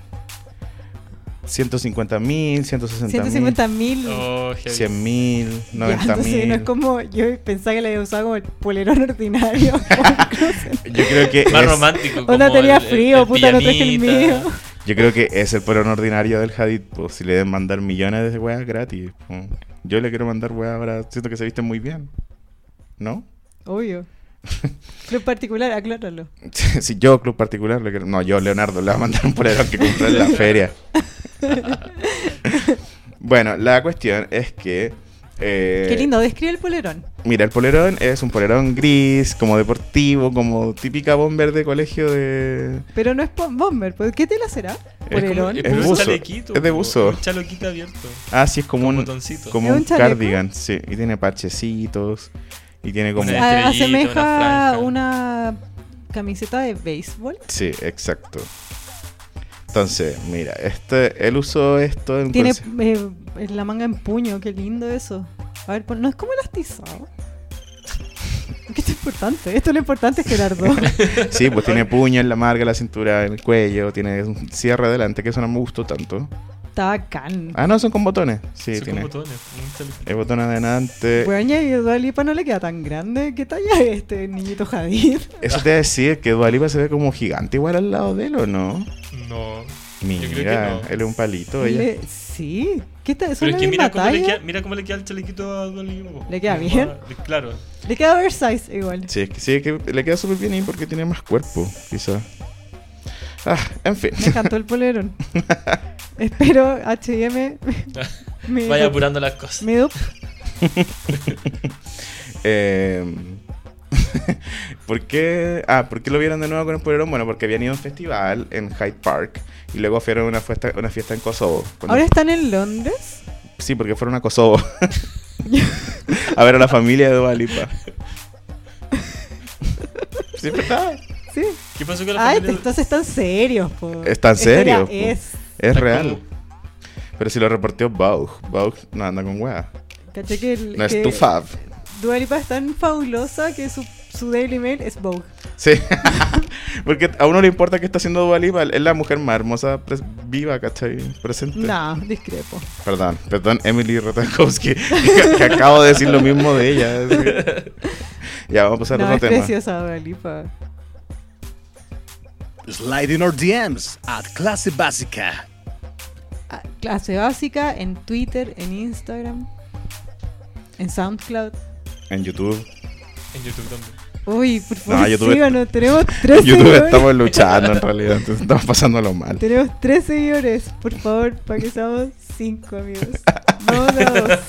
150 mil, 160 mil,
150 mil.
Oh, heavy.
100 mil,
Ya,
90
entonces no
mil.
es como yo pensaba que le había usado como el polerón ordinario. O
Yo creo que
Más
es,
romántico.
Onda
como
tenía
el- el-
frío,
el
puta, no traje el
pijamita.
mío.
yo creo que es el polerón ordinario del Hadid, po. si le deben mandar millones de weas gratis. po. Yo le quiero mandar weas ahora, siento que se visten muy bien. ¿No?
Obvio. Club particular, acláralo.
si yo, club particular, le quiero- no, yo, Leonardo, le voy a mandar un polerón que compré en la feria. bueno, la cuestión es que. eh,
Qué lindo, describe el polerón.
Mira, el polerón es un polerón gris, como deportivo, como típica bomber de colegio de.
Pero no es po- bomber, pues, ¿qué tela será?
Es como-
Polerón.
es
pero
buzo,
chalequito,
es de
po,
buzo.
Un chalequito abierto.
Ah, sí, es como
Con
un.
botoncitos.
Como
¿Es
un,
un chaleco?
cardigan, sí. Y tiene parchecitos. Y tiene como.
Una-
A-
estrellita, una
asemeja
franja.
una camiseta de béisbol.
Sí, exacto. Entonces, mira, este, él usó esto en
Tiene
conse-
eh, la manga en puño, qué lindo eso. A ver, pon- no es como elastizado. Que esto es importante. Esto es lo importante, Gerardo.
Sí, pues tiene puño en la marca, en la cintura, en el cuello, tiene un cierre adelante, que eso no me gustó tanto.
Está bacán.
Ah, no, son con botones. Sí,
Son
tiene.
con botones. Un chalequito.
El botón
Eh.
adelante.
Bueno, y a Dua Lipa no le queda tan grande. ¿Qué talla es este niñito Jadir?
Eso te decir que Dualipa se ve como gigante igual al lado de él, ¿o no?
No.
Mira,
creo que no.
él es un palito, ella.
Le- sí. ¿Qué está? ¿Son
Pero es
la
que
misma
mira cómo, le
talla?
queda, mira cómo le queda el chalequito a Don Lipo.
¿Le queda
Como
bien?
a- Claro.
Le queda oversize igual.
Sí, es que, sí, es que le queda súper bien ahí porque tiene más cuerpo, quizá. Ah, en fin.
Me encantó el polerón. Espero H&M me,
Vaya apurando las cosas.
me dup-
Eh, ¿Por qué? Ah, ¿por qué lo vieron de nuevo con el polerón? Bueno, porque habían ido a un festival en Hyde Park y luego fueron a una fiesta, una fiesta en Kosovo. Cuando-
Ahora están en Londres.
Sí, porque fueron a Kosovo. a ver a la familia de Dualipa. Siempre está.
Sí.
¿Qué pasó con la
Ah,
familia?
entonces están serios. po.
Están
La historia
serios, po.
Es.
Es
Está
real.
como-
Pero si lo reportó Baug. Baug no anda con weá.
Caché que, el,
No es
que
tu fab.
Dua Lipa es tan fabulosa que su, su Daily Mail es Vogue.
Sí. Porque a uno le importa qué está haciendo Dualipa. Es la mujer más hermosa pres- viva, ¿cachai? Presente.
No, discrepo.
Perdón, perdón, Emily Ratajkowski. Que, que acabo de decir lo mismo de ella. así que- Ya, vamos a pasar
No,
a
es
otro tema.
preciosa Dua Lipa.
Slide in our DMs at Clase Básica.
Ah, Clase básica en Twitter, en Instagram, en SoundCloud.
En YouTube.
En YouTube también.
Uy, por favor,
No, YouTube
síganos. Tenemos tres
En YouTube
seguidores.
estamos luchando en realidad. entonces Estamos pasándolo mal.
Tenemos tres seguidores. Por favor, para que seamos cinco, amigos. Vamos a dos.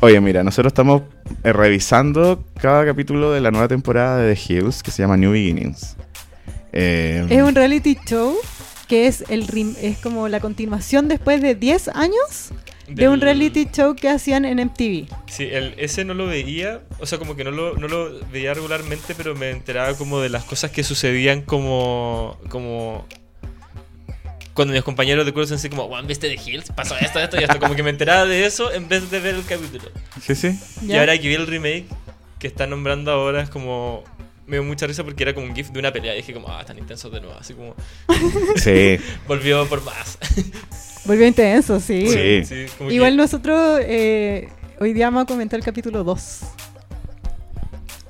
Oye, mira, nosotros estamos eh, revisando cada capítulo de la nueva temporada de The Hills que se llama New Beginnings. Eh,
Es un reality show que es, el rim- es como la continuación después de 10 años de un
Del-
reality show que hacían en MTV.
Sí, el, ese no lo veía, o sea, como que no lo, no lo veía regularmente, pero me enteraba como de las cosas que sucedían como... como cuando mis compañeros de curso así como, Juan, ¿viste de Hills? Pasó esto, esto y esto. Como que me enteraba de eso en vez de ver el capítulo.
Sí, sí.
¿ya?
Y ahora que vi el remake que están nombrando ahora es como... Me dio mucha risa porque era como un gif de una pelea. Y dije como, ah, están intensos de nuevo. Así como,
Sí,
volvió por más.
Volvió intenso, sí.
Sí.
como que-
Igual nosotros eh, hoy día vamos a comentar el capítulo 2.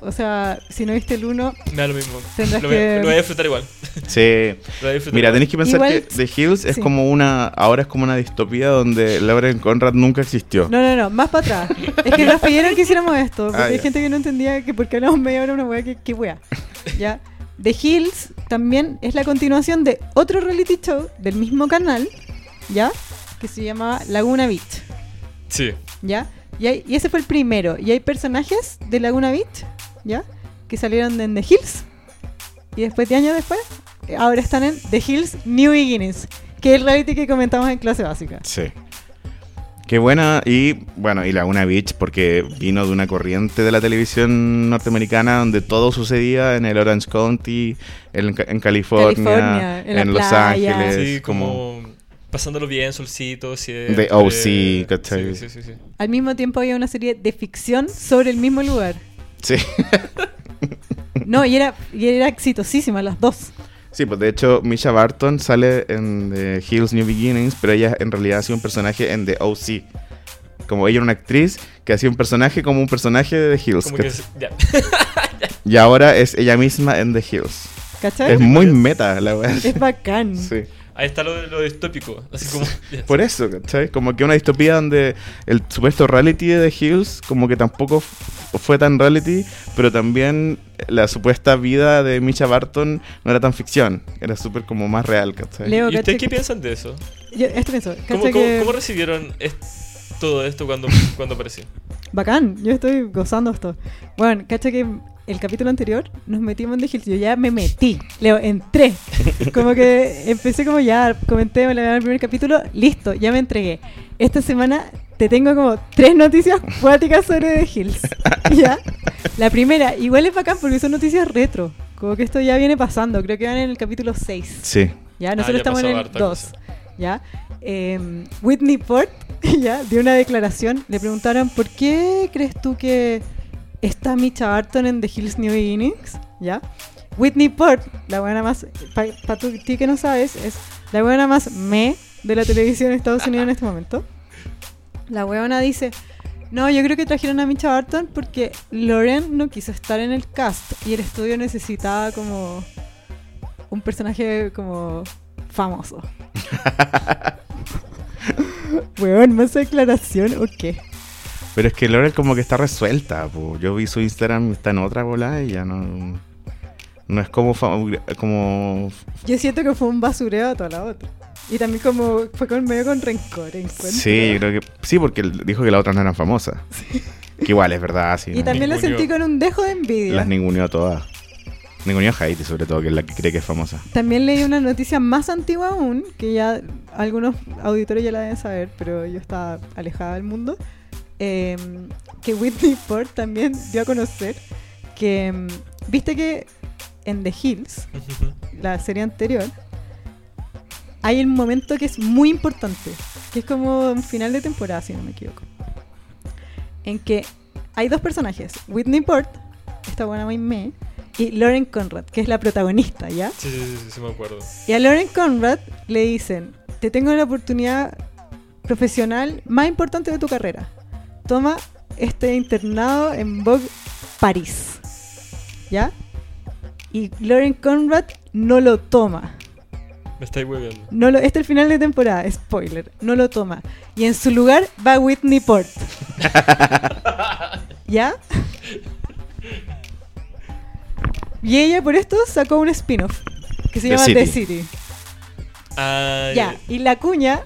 O sea, si no viste el 1,
Me da lo mismo.
Tendrás
Lo voy, a-
que-
lo voy a disfrutar igual.
sí.
Lo voy a disfrutar
Mira,
igual.
tenéis que pensar
Igual-
que The Hills es
sí.
como una. Ahora es como una distopía donde Lauren Conrad nunca existió.
No, no, no, más para atrás. Es que nos pidieron que hiciéramos esto. Porque
Ah,
hay
ya.
gente que no entendía que por qué hablamos media hora de una weá que, que weá. ¿Ya? The Hills también es la continuación de otro reality show del mismo canal, ¿ya? Que se llamaba Laguna Beach,
Sí.
¿ya? Y, hay- y ese fue el primero. Y hay personajes de Laguna Beach, ¿ya? Que salieron de en The Hills. Y después, de años después, ahora están en The Hills New Beginnings, que es el reality que comentamos en clase básica.
Sí. Qué buena. Y bueno, y Laguna Beach, porque vino de una corriente de la televisión norteamericana donde todo sucedía en el Orange County, en, Ca- en California,
California, en
en,
la
Los
playa.
Ángeles.
Sí, como pasándolo bien, solcito, siempre.
De OC, ¿cachai?
Sí, sí, sí. sí.
Al mismo tiempo había una serie de ficción sobre el mismo lugar.
Sí.
No, y era, y era exitosísima las dos.
Sí, pues de hecho Misha Barton sale en The Hills New Beginnings, pero ella en realidad hacía un personaje en The OC. Como ella era una actriz que hacía un personaje como un personaje de The Hills.
Como
que-
que es- ya.
Y ahora es ella misma en The Hills.
¿Cachai?
Es muy meta la verdad.
Es bacán.
Sí.
Ahí está lo, lo distópico. Así como.
Por eso, ¿cachai? Como que una distopía donde el supuesto reality de The Hills, como que tampoco f- fue tan reality, pero también la supuesta vida de Misha Barton no era tan ficción, era súper como más real, ¿cachai?
Leo,
¿Y
caché
ustedes qué
que-
piensan de eso?
Yo, esto pienso,
¿Cómo,
caché
cómo-
que-
cómo recibieron es- todo esto cuando, cuando apareció?
Bacán, yo estoy gozando esto. Bueno, cacha que el capítulo anterior nos metimos en The Hills. Yo ya me metí, Leo, entré. Como que empecé como ya, comenté, me la el primer capítulo, listo, ya me entregué. Esta semana te tengo como tres noticias cuáticas sobre The Hills. ¿Ya? La primera, igual es bacán porque son noticias retro. Como que esto ya viene pasando, creo que van en el capítulo 6.
Sí.
¿ya? Nosotros
Ah, ya
estamos en
pasó
el
harta
2,
cosa.
¿ya? Eh, Whitney Port, ¿ya? Dio una declaración, le preguntaron, ¿por qué crees tú que está Micha Barton en The Hills New Beginnings? ¿Ya? Whitney Port, la buena más, para ti que no sabes, es la buena más me de la televisión de Estados Unidos en este momento. La huevona dice, no, yo creo que trajeron a Micha Barton porque Lauren no quiso estar en el cast y el estudio necesitaba como un personaje como famoso. Weón, más declaración o qué.
Pero es que Laurel como que está resuelta, po. Yo vi su Instagram, está en otra bola y ya no... No es como... fam- como
Yo siento que fue un basureo a toda la otra. Y también como fue con medio con rencor, encuentro.
sí, yo creo que... Sí, porque él dijo que las otras no eran famosas. Que igual es verdad, sí.
Y
¿no?
también lo
Ninguneó.
sentí con un dejo de envidia.
Las ninguneó a todas. Ninguneó a Haiti, sobre todo, que es la que cree que es famosa.
También leí una noticia más antigua aún, que ya algunos auditores ya la deben saber, pero yo estaba alejada del mundo, eh, que Whitney Ford también dio a conocer que, mm, viste que en The Hills, la serie anterior, hay un momento que es muy importante, que es como un final de temporada, si no me equivoco, en que hay dos personajes, Whitney Port, esta buena May May, y Lauren Conrad, que es la protagonista, ¿ya?
Sí, sí, sí, sí, sí, me acuerdo.
Y a Lauren Conrad le dicen, te tengo la oportunidad profesional más importante de tu carrera. Toma este internado en Vogue París. ¿Ya? Y Lauren Conrad no lo toma.
Me estáis hueviando.
No lo, este es el final de temporada, spoiler. No lo toma. Y en su lugar va Whitney Port. ¿Ya? Y ella por esto sacó un spin-off que se
The
llama
City.
The City.
Ah,
Ya, y la cuña,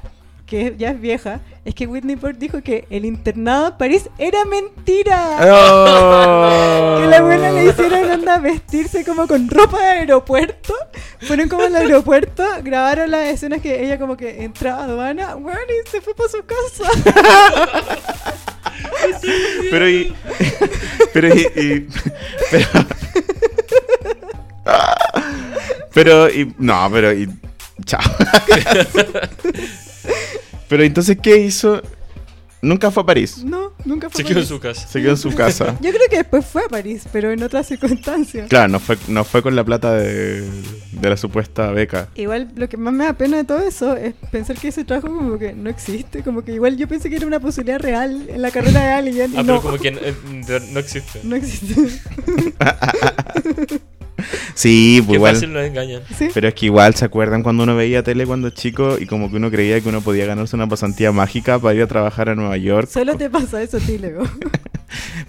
que ya es vieja, es que Whitney Port dijo que el internado en París era mentira. Que ¡Oh! la abuela le hicieron onda vestirse como con ropa de aeropuerto. Fueron como al aeropuerto, grabaron las escenas que ella como que entraba a aduana, bueno, y se fue para su casa.
Pero y. Pero y. y- pero. Pero y. No, pero y. Chao. Pero entonces, ¿qué hizo? Nunca fue a París.
No, nunca fue.
Se
a
quedó en
París.
su casa.
Se quedó en su casa.
Yo creo que después fue a París, pero en otras circunstancias.
Claro, no fue, no fue con la plata de, de la supuesta beca.
Igual lo que más me da pena de todo eso es pensar que ese trabajo como que no existe, como que igual yo pensé que era una posibilidad real en la carrera de alguien. y
Ah,
no.
pero como que no, eh, no existe.
No existe.
Sí,
Qué
pues igual.
fácil nos engañan.
Sí.
Pero es que igual, ¿se acuerdan cuando uno veía tele cuando chico y como que uno creía que uno podía ganarse una pasantía mágica para ir a trabajar a Nueva York?
Solo te pasa eso a ti, Leo.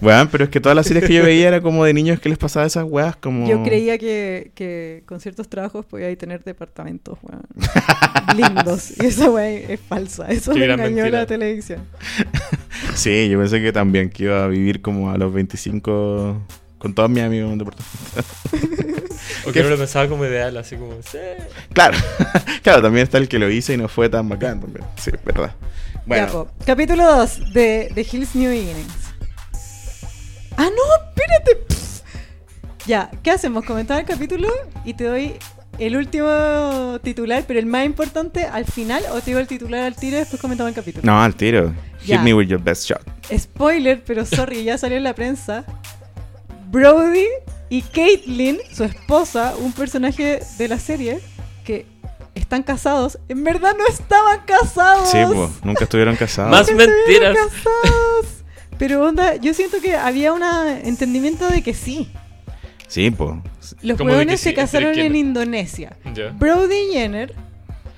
Bueno, pero es que todas las series que yo veía era como de niños que les pasaba esas weas como...
Yo creía que, que con ciertos trabajos podía ahí tener departamentos weón, lindos. Y esa weá es falsa. Eso
Qué
me
gran
engañó
mentira.
la televisión.
Sí, yo pensé que también que iba a vivir como a los 25 con todos mis amigos en un departamento.
O
¿Qué?
que no lo pensaba como ideal, así como. Sí.
Claro, claro, también está el que lo hizo y no fue tan bacán también. Sí, es verdad.
Ya,
Bueno,
po. Capítulo 2 de, de Hills New Beginnings. Ah, no, espérate. Pff. Ya, ¿qué hacemos? Comentar el capítulo y te doy el último titular, pero el más importante al final, o te digo el titular al tiro y después comentamos el capítulo.
no, al tiro.
Ya.
Hit me with your best shot.
Spoiler, pero sorry, ya salió en la prensa. Brody y Caitlyn, su esposa, un personaje de la serie, que están casados, en verdad no estaban casados.
Sí, pues, nunca estuvieron casados.
Más
Nunca estuvieron
mentiras.
casados. Pero onda, yo siento que había un entendimiento de que sí.
Sí, pues.
Los
Como de que
huevones
sí,
se casaron
entre
en
quiénes.
Indonesia.
Ya.
Brody Jenner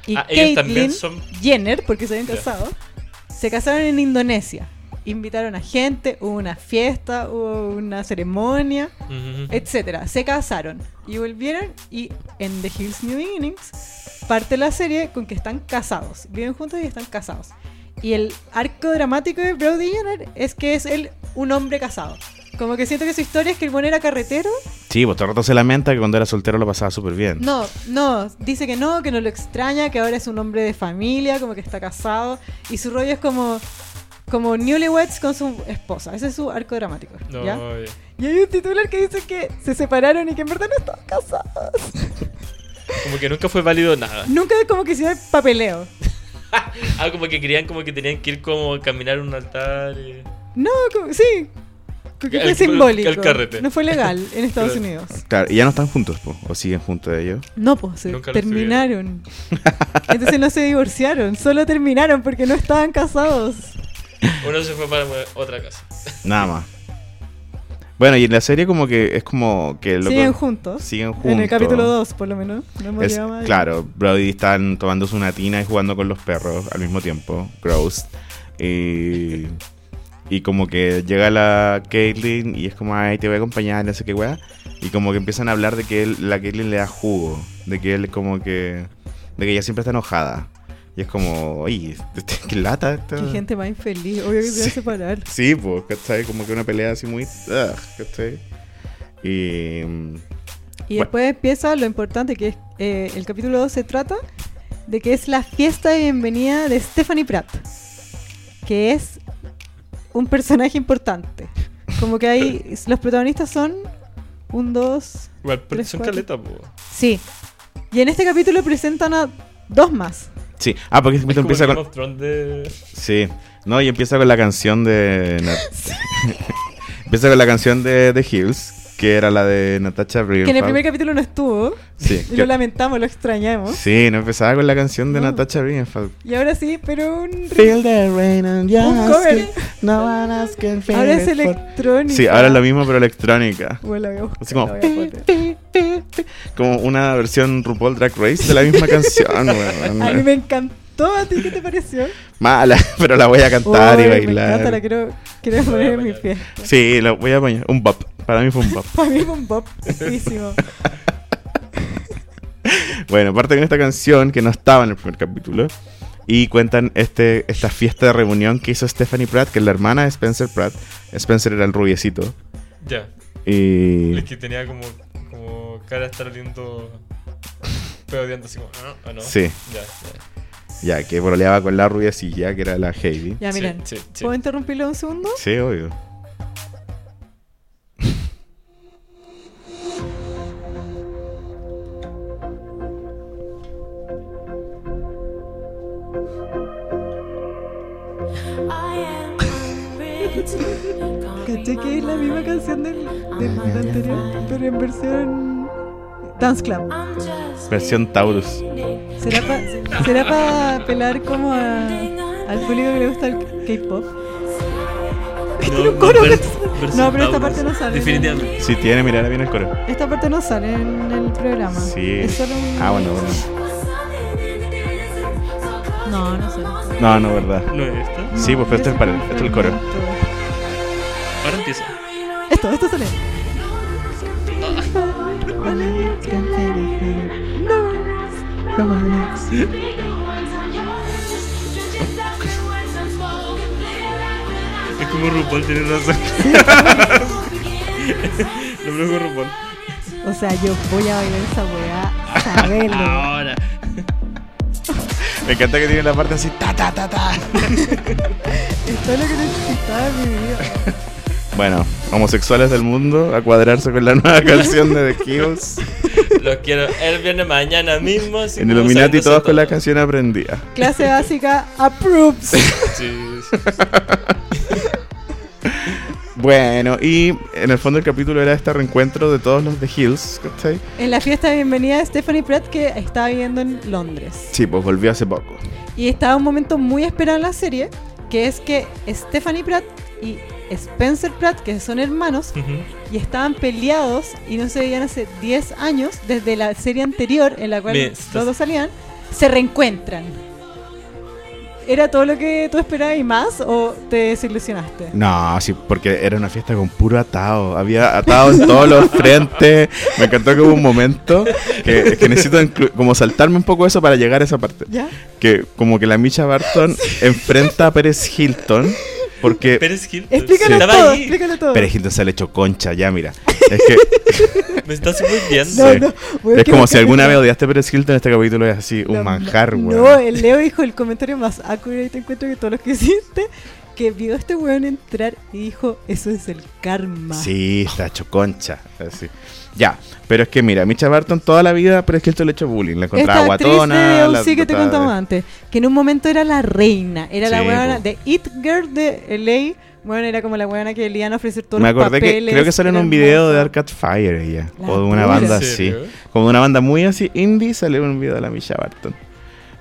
y
Ah, ellos también
Caitlyn
son.
Jenner, porque se habían
Ya.
casado, se casaron en Indonesia. Invitaron a gente, hubo una fiesta, hubo una ceremonia,
Ujú.
etcétera. Se casaron y volvieron y en The Hills New Beginnings parte la serie con que están casados. Viven juntos y están casados. Y el arco dramático de Brody Jenner es que es él un hombre casado. Como que siento que su historia es que el buen era carretero.
Sí, pues todo el rato se lamenta que cuando era soltero lo pasaba súper bien.
No, no, dice que no, que no lo extraña, que ahora es un hombre de familia, como que está casado. Y su rollo es como, como Newlyweds con su esposa. Ese es su arco dramático.
No,
¿ya?
ya.
Y hay un titular que dice que se separaron y que en verdad no estaban casados.
como que nunca fue válido nada.
Nunca como que hicieron el papeleo.
Ah, como que creían como que tenían que ir como a caminar a un altar. eh.
No, como- sí. Como que
El-
fue
el-
simbólico.
el carrete.
No fue legal en Estados
Claro.
Unidos.
Claro, y ya no están juntos, po, o siguen juntos ellos.
No, pues se
Nunca lo
terminaron. Entonces no se divorciaron, solo terminaron porque no estaban casados.
Uno se fue para otra casa.
Nada más. Bueno, y en la serie como que es como que loco-
Siguen juntos.
siguen juntos.
En el capítulo 2, por lo menos. No hemos
Es-
llegado más allá.
claro, Brody están tomándose una tina y jugando con los perros al mismo tiempo. Gross. Y, y como que llega la Caitlyn y es como, ay, te voy a acompañar, no sé qué weá. Y como que empiezan a hablar de que él- la Caitlyn le da jugo. De que él como que... De que ella siempre está enojada. Y es como, oye, qué lata esta.
Qué gente más infeliz. Obvio que se van a
Sí.
separar.
Sí, pues, ¿cachai? Como que una pelea así muy... ugh, ¿cachai? Y...
Y
mm, Bueno.
después empieza lo importante que es eh, el capítulo 2 se trata de que es la fiesta de bienvenida de Stephanie Pratt, que es un personaje importante. Como que hay los protagonistas son un, dos,
Igual, pero
Tres,
son
cuatro.
caletas, po.
sí. Y en este capítulo presentan a dos más.
Sí, ah, porque
Es
esto
como
empieza
el
con...
Game of Thrones de-
Sí. No, y empieza con la canción de. Nat- empieza con la canción de The Hills, que era la de Natasha Real.
Que en el primer capítulo no estuvo
Sí,
y
que-
lo lamentamos, lo extrañamos.
sí, no empezaba con la canción de
No.
Natasha Rienfeld.
Y ahora sí, pero un,
Feel the rain and your
un cover.
No one else can feel
Ahora es
it for-
electrónico.
Sí, ahora es lo mismo, pero electrónica.
Bueno, la voy a buscar,
Así como-
la voy a poner.
Como una versión RuPaul Drag Race de la misma canción, weón.
A mí me encantó. ¿A ti qué te pareció?
Mala, pero la voy a cantar
Uy,
y
Me encanta, la
bailar.
quiero, quiero
Voy a
poner en mi
bailar.
fiesta.
Sí, la voy a poner. Un bop. Para mí fue un bop.
Para mí fue un pop buenísimo.
Bueno, parte con esta canción que no estaba en el primer capítulo. Y cuentan este, esta fiesta de reunión que hizo Stephanie Pratt, que es la hermana de Spencer Pratt. Spencer era el rubiecito.
Ya.
Y.
Es que tenía como, como cara de estar oliendo. Pero odiando así como. Ah, ah, no.
Sí.
Ya, ya.
Ya, que broleaba con la rubiecilla, que era la Heidi.
Ya,
Sí,
miren.
sí, sí.
¿Puedo interrumpirlo un segundo?
Sí, obvio.
Caché que es la misma canción del, del anterior, pero en versión Dance Club.
Versión Taurus.
¿Será para será pa pelar como a, al público que le gusta el K-pop? Tiene un coro,
ver-
¿cachai?
versión
No, pero esta
Taurus.
parte no sale.
Definitivamente.
Sí, tiene, mira, ahora viene el coro.
Esta parte no sale en el programa.
Sí.
Es solo un...
Ah, bueno, bueno.
No, no sale.
No, no, verdad.
¿No es esta?
Sí, pues, pero esto es para- esto es el coro.
Ahora empieza.
Esto, esto sale.
Es como RuPaul, tiene razón. Lo mismo que RuPaul.
O sea, yo voy a bailar esa weá, saberlo.
Ahora.
Me encanta que tiene la parte así, ta, ta, ta, ta.
Esto es lo que necesitaba en mi vida.
Bueno, homosexuales del mundo a cuadrarse con la nueva canción de The Kills.
Los quiero el viernes mañana mismo. así
En
como
Illuminati
saliéndose
todos con la
todo.
canción aprendida.
Clase básica approves.
Sí, sí.
Bueno, y en el fondo el capítulo era este reencuentro de todos los de Hills, ¿cachai?
En la fiesta de bienvenida de Stephanie Pratt que estaba viviendo en Londres.
Sí, pues volvió hace poco.
Y estaba un momento muy esperado en la serie, que es que Stephanie Pratt y Spencer Pratt, que son hermanos,
Ujú.
y estaban peleados y no se veían hace 10 años desde la serie anterior en la cual
Bien, estás-
todos salían se reencuentran. ¿Era todo lo que tú esperabas y más o te desilusionaste?
No, sí, porque era una fiesta con puro atado. Había atado en todos los frentes. Me encantó que hubo un momento que, que necesito inclu- como saltarme un poco eso para llegar a esa parte.
¿Ya?
Que como que la Micha Barton enfrenta a Pérez Hilton porque
Pérez Hilton.
Explícalo
Estaba
todo,
ahí.
explícalo todo.
Pérez Hilton se le echó concha, ya mira. Es que
Me estás burdeando.
No,
Sí.
no, weón,
es
qué
como
bacán
si alguna
está.
vez odiaste a Pérez Hilton, este capítulo es así, un
La ma-
manjar, weón.
No, el Leo dijo el comentario más accurate encuentro que todos los que hiciste. Que vio a este weón entrar y dijo, eso es el karma.
Sí, está hecho concha. Así. Ya, pero es que mira, Micha Barton toda la vida, pero es que esto le hecho bullying. La encontraba
Esta actriz
guatona.
de
la
OC que te
trataba de-
contamos antes, que en un momento era la reina, era la
Sí,
weona
po.
de It Girl de LA. Bueno, era como la weona que le iban a ofrecer todos
Me
los
acordé que
papeles,
creo que sale en
era
un video de
hermosa.
Arcade Fire ella.
La
o de una
pura.
banda
¿En
así.
serio?
Como de una banda muy así indie, sale un video de la Micha Barton.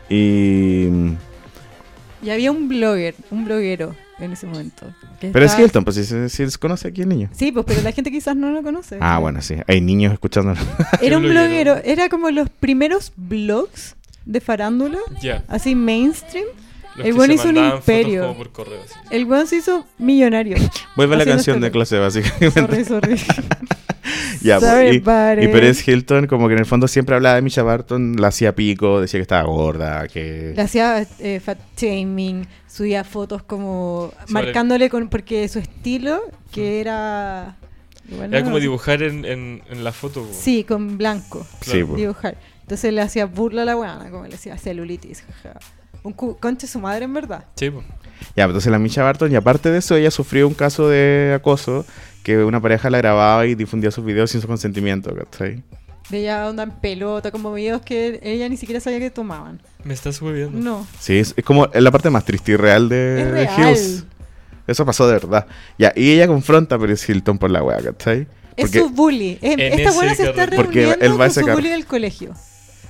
Y.
Y había un blogger, un bloguero en ese momento. que
Pero es
estaba-
Hilton, pues si se si se conoce aquí el niño.
Sí, pues, pero la gente quizás no lo conoce.
Ah, bueno, sí. Hay niños escuchándolo.
Era un
Qué bloguero.
bloguero, era como los primeros blogs de farándula,
Ya.
así mainstream.
Los
El
que
weón
se
hizo un
mandaban fotos
imperio.
como por correo, así.
El weón se hizo millonario.
Vuelve a la
Así no
canción
está
de
bien.
clase básica.
sorry, sorry.
Ya, pues,
Sorry,
y,
buddy.
y Pérez Hilton, como que en el fondo siempre hablaba de Misha Barton, la hacía pico, decía que estaba gorda, que.
Le hacía eh, fat shaming, subía fotos como
Sí, vale.
marcándole con porque su estilo que era bueno,
Mm. Era como dibujar en, en, en la foto. po.
Sí, con blanco
Sí, pues.
Claro.
po.
dibujar. Entonces le hacía burla a la weana, como le decía celulitis. jaja. Un cu- conche su madre en verdad.
Sí, po.
Ya, entonces la Misha Barton, y aparte de eso, ella sufrió un caso de acoso que una pareja la grababa y difundía sus videos sin su consentimiento, ¿cachai?
De ella onda en pelota, como videos que ella ni siquiera sabía que tomaban.
Me estás hueviando.
No.
Sí, es, es como es la parte más triste y real de,
Es
Eh,
de
real.
Hills. Eso pasó de verdad. Ya, y ella confronta a Pérez Hilton por la wea, ¿cachai?
Es
Porque,
su bully. Es-
En
esta
ese
buena se está
carrete.
Porque
reuniendo
él va a
con
ese
su
carrete.
bully del colegio.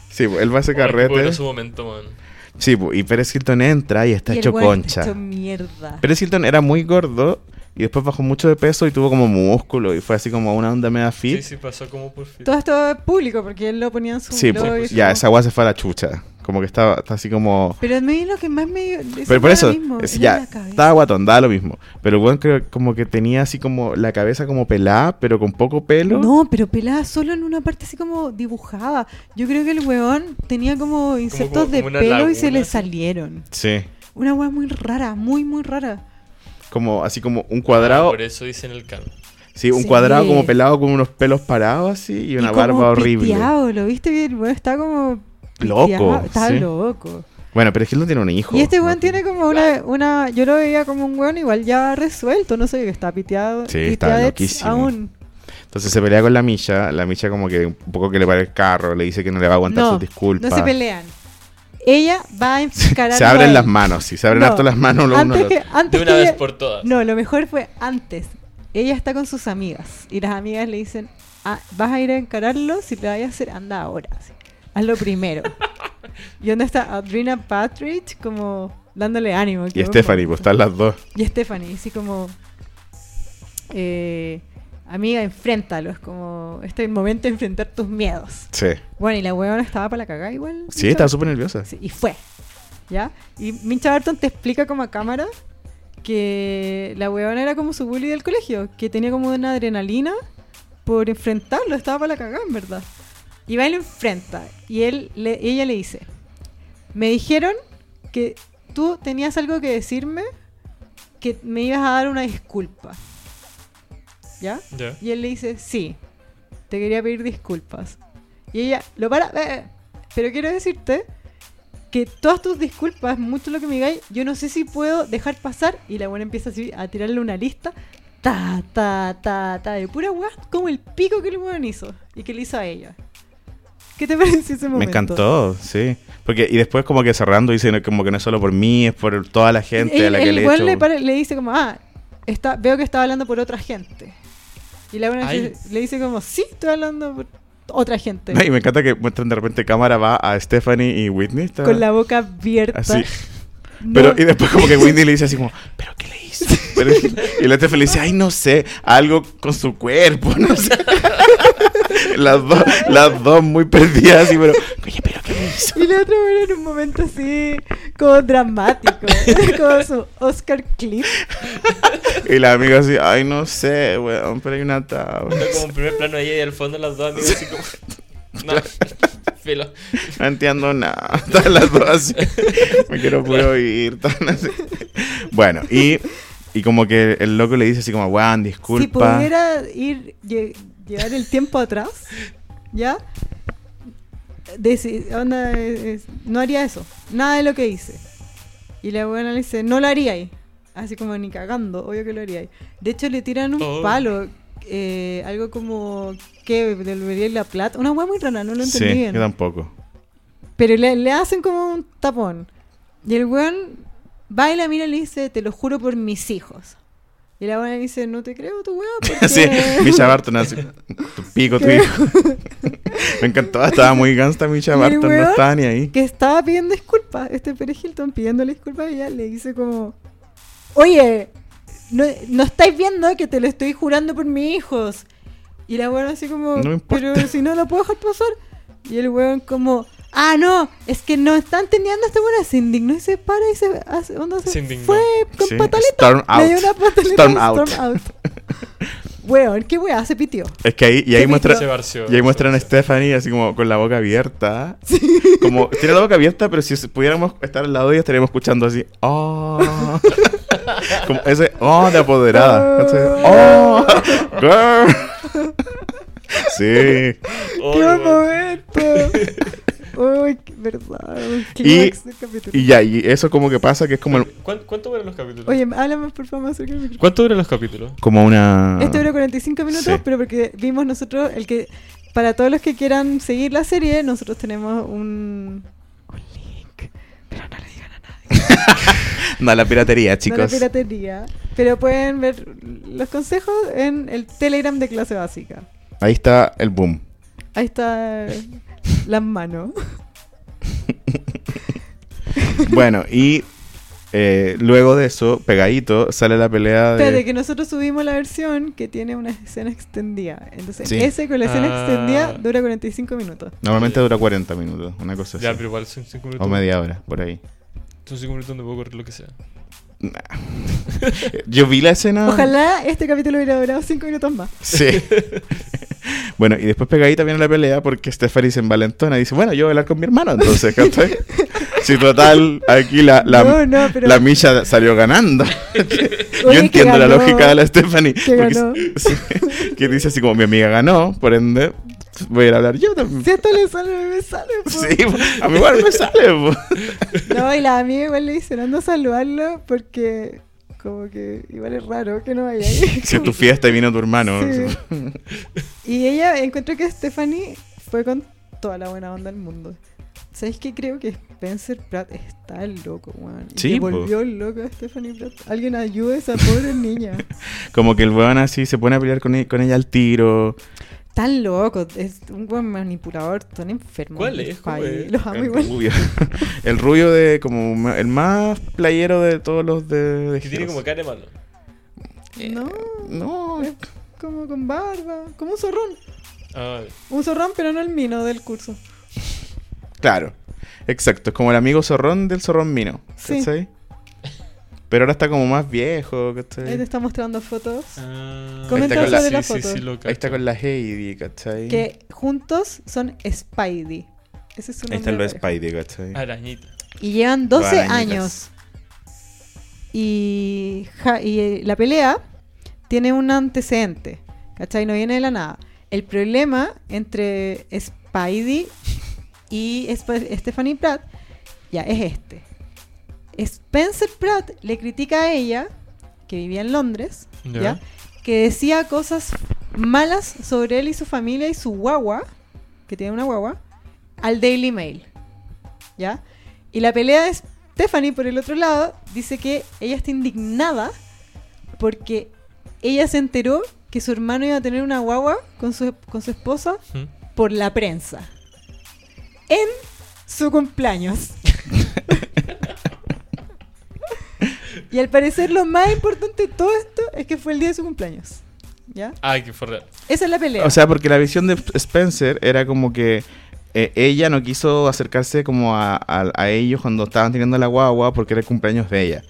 sí, po, él va a ese
Ay, qué
carrete.
bueno su momento, man.
Sí, po, y Pérez Hilton entra y está
Y el
hecho
weón está
concha.
hecho mierda.
Pérez Hilton era muy gordo y después bajó mucho de peso y tuvo como músculo y fue así como una onda media
Sí,
fit. Sí,
sí, pasó como por fin.
Todo esto es público porque él lo ponía en su blog
pues,
y
ya,
como-
esa agua se fue a la chucha. Como que estaba, está así como...
Pero a mí lo que más me...
Pero por
da
eso,
lo mismo,
es-
era
ya,
la cabeza.
estaba guatón, daba lo mismo. Pero el weón creo como que tenía así como la cabeza como pelada, pero con poco pelo.
No, pero pelada solo en una parte así como dibujada. Yo creo que el weón tenía como insectos
como
de
una
pelo y
laguna,
se le
así.
salieron.
Sí,
Una weá muy rara, muy, muy rara.
como así como un
Ah,
cuadrado.
Por eso dicen el can.
Sí, un
Sí.
cuadrado como pelado con unos pelos parados así y una
como
barba horrible.
piteado, ¿lo viste bien? El weón está como...
Loco,
piteado, Está
sí.
loco.
Bueno, pero es que él no tiene un hijo.
Y este
¿no?
weón tiene como una, una... Yo lo veía como un weón igual ya resuelto, no sé, que está piteado.
Sí, está
piteadets
loquísimo.
Aún.
Entonces se pelea con la Misha, la Misha como que un poco que le para el carro, le dice que no le va a aguantar
No,
sus disculpas.
No se pelean. Ella va a encarar
Se abren las manos, sí, se abren
No,
harto las manos lo uno
Antes
al
que,
otro.
antes
De una
que
vez
ella-
por todas.
No, lo mejor fue antes. Ella está con sus amigas y las amigas le dicen, "Ah, vas a ir a encararlo, si te vayas a hacer, anda ahora. así. Hazlo primero. y onda está Adrina Patridge como dándole ánimo. que
Y
es un
Stephanie, pues
momento.
están las dos.
Y Stephanie, así como... eh, amiga, enfréntalo. Es como este momento de enfrentar tus miedos.
Sí.
Bueno, y la huevona estaba para la cagada igual.
Sí,
Micha
estaba
Barton.
súper nerviosa.
Sí, y fue. ¿Ya? Y Mincha Barton te explica como a cámara que la huevona era como su bully del colegio, que tenía como una adrenalina por enfrentarlo, estaba para la cagada, en verdad. Y va y lo enfrenta. Y él le- ella le dice, me dijeron que tú tenías algo que decirme, que me ibas a dar una disculpa. ¿Ya?
Ya.
Y él le dice, sí, te quería pedir disculpas. Y ella lo para, "Eh, pero quiero decirte que todas tus disculpas, mucho lo que me digáis, yo no sé si puedo dejar pasar. Y la buena empieza así a tirarle una lista, ta, ta, ta, ta, de pura weá, como el pico que el weón hizo y que le hizo a ella. ¿Qué te pareció ese momento?
Me encantó, sí. Porque, y después como que cerrando dice "No, como que no es solo por mí, es por toda la gente a
el,
la
el
que le he
weón
hecho.
le, para- le dice como, ah, está, veo que está hablando por otra gente. Y la buena
Ay.
le dice como, sí, estoy hablando por otra gente.
No, y me encanta que muestran de repente cámara va a Stephanie y Whitney. está-
con la boca abierta.
Así.
No.
Pero, y después como que Whitney le dice así como, ¿pero qué le hice? Pero- y la Stephanie le dice, ay, no sé, algo con su cuerpo, no sé. las, dos, las dos muy perdidas así, pero, oye, ¿pero qué le
Y la otra era en un momento así, como dramático. como su Oscar clip.
Y la amiga así, ay, no sé, weón, pero hay una tabla.
Era como un primer plano de ella y al fondo las dos amigas así como. No, filo.
No entiendo nada. Están las dos así. Me quiero puro ir. Están así. Bueno, y, y como que el loco le dice así como, weón, disculpa.
Si pudiera ir, lle- llevar el tiempo atrás, ¿ya? Deci- onda, eh, eh, no haría eso. Nada de lo que hice. Y la buena le dice, no lo haría ahí. Así como ni cagando, obvio que lo haría ahí. De hecho, le tiran un
Oh.
palo. eh, algo como que devolvería la plata. Una hueá muy rara, no lo entendí
sí,
bien.
yo tampoco.
Pero le, le hacen como un tapón. Y el weón va y la mira y le dice, te lo juro por mis hijos. Y la weón le dice, no te creo tu weón. Porque...
Sí, Misha Barton así, tu pico, tu
Creo-
hijo. Me encantó, estaba muy gangsta
¿Y
Misha
el
Barton, no
weón?
estaba ni ahí.
Que estaba pidiendo disculpas. Este Pérez Hilton pidiéndole disculpas y ella le dice como, oye, no, no estáis viendo que te lo estoy jurando por mis hijos. Y la weón así como,
No importa.
pero si no lo puedo dejar pasar. Y el weón como, ah, no, es que no están entendiendo este weón. Se indignó y se para y se hace, onda se
Se indignó.
fue con
Sí,
pataleta.
Storm
Le dio
out.
una pataleta
Storm
de
out.
Storm out. Weón, qué weá, se pitió.
Es que ahí, y
Qué
ahí muestra,
Se barció.
Y ahí muestran este. a Stephanie así como con la boca abierta. Como tiene la boca abierta, pero si s- pudiéramos estar al lado de ella estaríamos escuchando así. "Oh". como ese oh de apoderada. ¿cachai? Oh, girl. sí.
Oh,
¡Qué
weón.
momento! Uy, qué verdad. un clímax del capítulo.
Y ya, y eso como que pasa que es como, el-
¿Cuán- ¿Cuánto duran los capítulos?
Oye, háblame por favor más cerca del micrófono.
¿Cuánto duran los capítulos?
como una.
Esto duró 45 minutos,
Sí.
pero porque vimos nosotros el que. Para todos los que quieran seguir la serie, nosotros tenemos un. un link. Pero no le digan a nadie.
No, la piratería,
No la
chicos.
piratería. Pero pueden ver los consejos en el Telegram de clase básica.
Ahí está el boom.
Ahí está las manos.
Bueno, y eh, luego de eso, pegadito, sale la pelea de.
Espérate, que nosotros subimos la versión que tiene una escena extendida. Entonces,
Sí.
ese con la escena
Ah.
extendida dura 45 minutos.
Normalmente dura 40 minutos, una cosa
Ya,
así.
pero igual son 5
O
minutos.
media hora, por ahí.
Son 5 minutos donde puedo correr lo que sea.
Eh, Yo vi la escena.
Ojalá este capítulo hubiera durado 5 minutos más.
Sí. bueno, y después pegadita viene la pelea porque Stephanie se envalentona y dice, bueno, yo voy a hablar con mi hermano, entonces, ¿cachai? si total, aquí la, la,
no, no, pero.
la Misha salió ganando. yo
Oye, que
entiendo la
ganó.
lógica de la Stephanie.
Que
porque
ganó.
s- sí, que dice así como, mi amiga ganó, por ende, voy a ir a hablar yo también.
Si esto le sale, me sale. po.
Sí, a mí igual me sale. po.
No, y la amiga igual le dicen, anda a saludarlo porque. Como que igual es raro que no vaya ahí.
Si es tu fiesta y vino tu hermano.
Sí. Y ella encontró que Stephanie fue con toda la buena onda del mundo. ¿Sabes qué? Creo que Spencer Pratt está loco, weón. Y
Sí,
que
po.
volvió loco a Stephanie Pratt. Alguien ayude a esa pobre niña.
Como que el weón así se pone a pelear con, e- con ella al tiro.
Tan loco. Es un buen manipulador, tan enfermo.
¿Cuál es? ¿Cómo
Ay,
es?
Los amo
El
igual.
rubio. el rubio de como ma- el más playero de todos los de, de
Que tiene como cara de malo.
No,
No, es-
como con barba. Como un zorrón.
Ah,
Un zorrón, pero no el mino del curso.
claro. Exacto, es como el amigo zorrón del zorrón mino.
Sí.
¿cachai? Pero ahora está como más viejo, ¿cachai?
Ahí te está mostrando fotos.
ah,
Comenta
Ahí está con
sobre la
sí, sí,
foto.
sí, lo
Ahí está
cacho.
con la Heidi, ¿cachai?
Que juntos son Spidey. Ese es su nombre.
Ahí está lo
de
de
pareja.
Spidey, ¿cachai?
Arañita.
Y llevan 12
Arañitas.
años. Y, ja- y, eh, la pelea tiene un antecedente. ¿Cachai? No viene de la nada. El problema entre Spidey y Sp- Stephanie Pratt ya es este. Spencer Pratt le critica a ella, que vivía en Londres,
Ya.
¿ya? que decía cosas malas sobre él y su familia y su guagua, que tiene una guagua, al Daily Mail. ¿Ya? Y la pelea de Stephanie, por el otro lado, dice que ella está indignada porque ella se enteró que su hermano iba a tener una guagua con su, con su esposa
¿Mm?
por la prensa. En su cumpleaños. y al parecer lo más importante de todo esto es que fue el día de su cumpleaños. ¿Ya?
Ay, que fue real.
Esa es la pelea.
O sea, porque la visión de Spencer era como que eh, ella no quiso acercarse como a, a- a ellos cuando estaban teniendo la guagua porque era el cumpleaños de ella.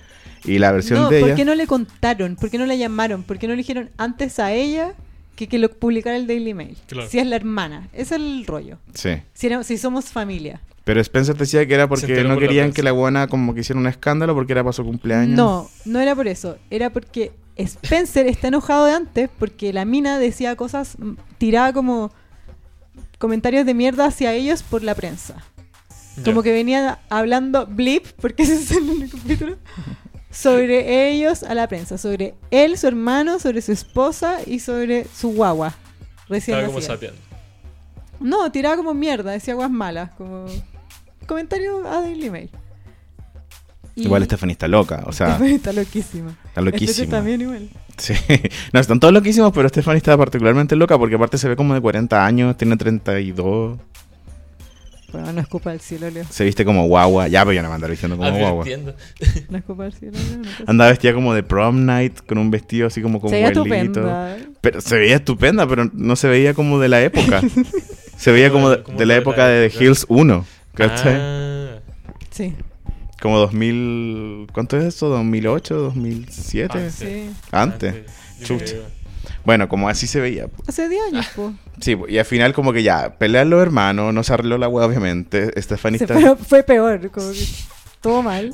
Y la versión
No,
de
¿por
ella...
qué no le contaron? ¿Por qué no la llamaron? ¿Por qué no le dijeron antes a ella que, que lo publicara el Daily Mail?
Claro.
Si es la hermana. Ese es el rollo.
Sí.
Si, era- si somos familia.
Pero Spencer decía que era
Se
porque
enteró
no
por la
querían
prensa.
que la buena como que hiciera un escándalo porque era para su cumpleaños.
No, no era por eso. Era porque Spencer está enojado de antes porque la mina decía cosas, mm, tiraba como comentarios de mierda hacia ellos por la prensa. Como que venían hablando blip, porque ese es el único capítulo, sobre ellos a la prensa, sobre él, su hermano, sobre su esposa y sobre su guagua. Recién
Estaba como
nacida.
Sapien.
No, tiraba como mierda, decía aguas malas, como comentario a Daily Mail. Y-
Igual Stephanie está loca, o sea,
está loquísima.
está
Entonces
loquísima.
Este también igual.
Sí. No, están todos loquísimos, pero Stephanie está particularmente loca porque aparte se ve como de 40 años, tiene 32,
Bueno, no escupa el cielo, Leo.
se viste como guagua. Ya, pero yo no me andaba vistiendo como guagua.
Advirtiendo.
No escupa el cielo, Leo. no pasa-
Andaba vestida como de prom night, con un vestido así como con
Se veía
vuelito.
estupenda.
Pero se veía estupenda, pero no se veía como de la época. Se veía como de,
Como
de la época de The Hills 1, ¿cachai?
Ah,
Sí,
Como 2000... ¿Cuánto es eso? ¿2008? ¿2007?
Ah, sí. Ah,
sí.
Antes.
Yo
Chucha.
creo.
Bueno, como así se veía. po.
Hace 10 años, po.
Sí, po, y al final como que ya, pelean los hermanos, no se arregló la weá, obviamente. Stephanie,
Se-
está,
pero fue peor, como que todo mal.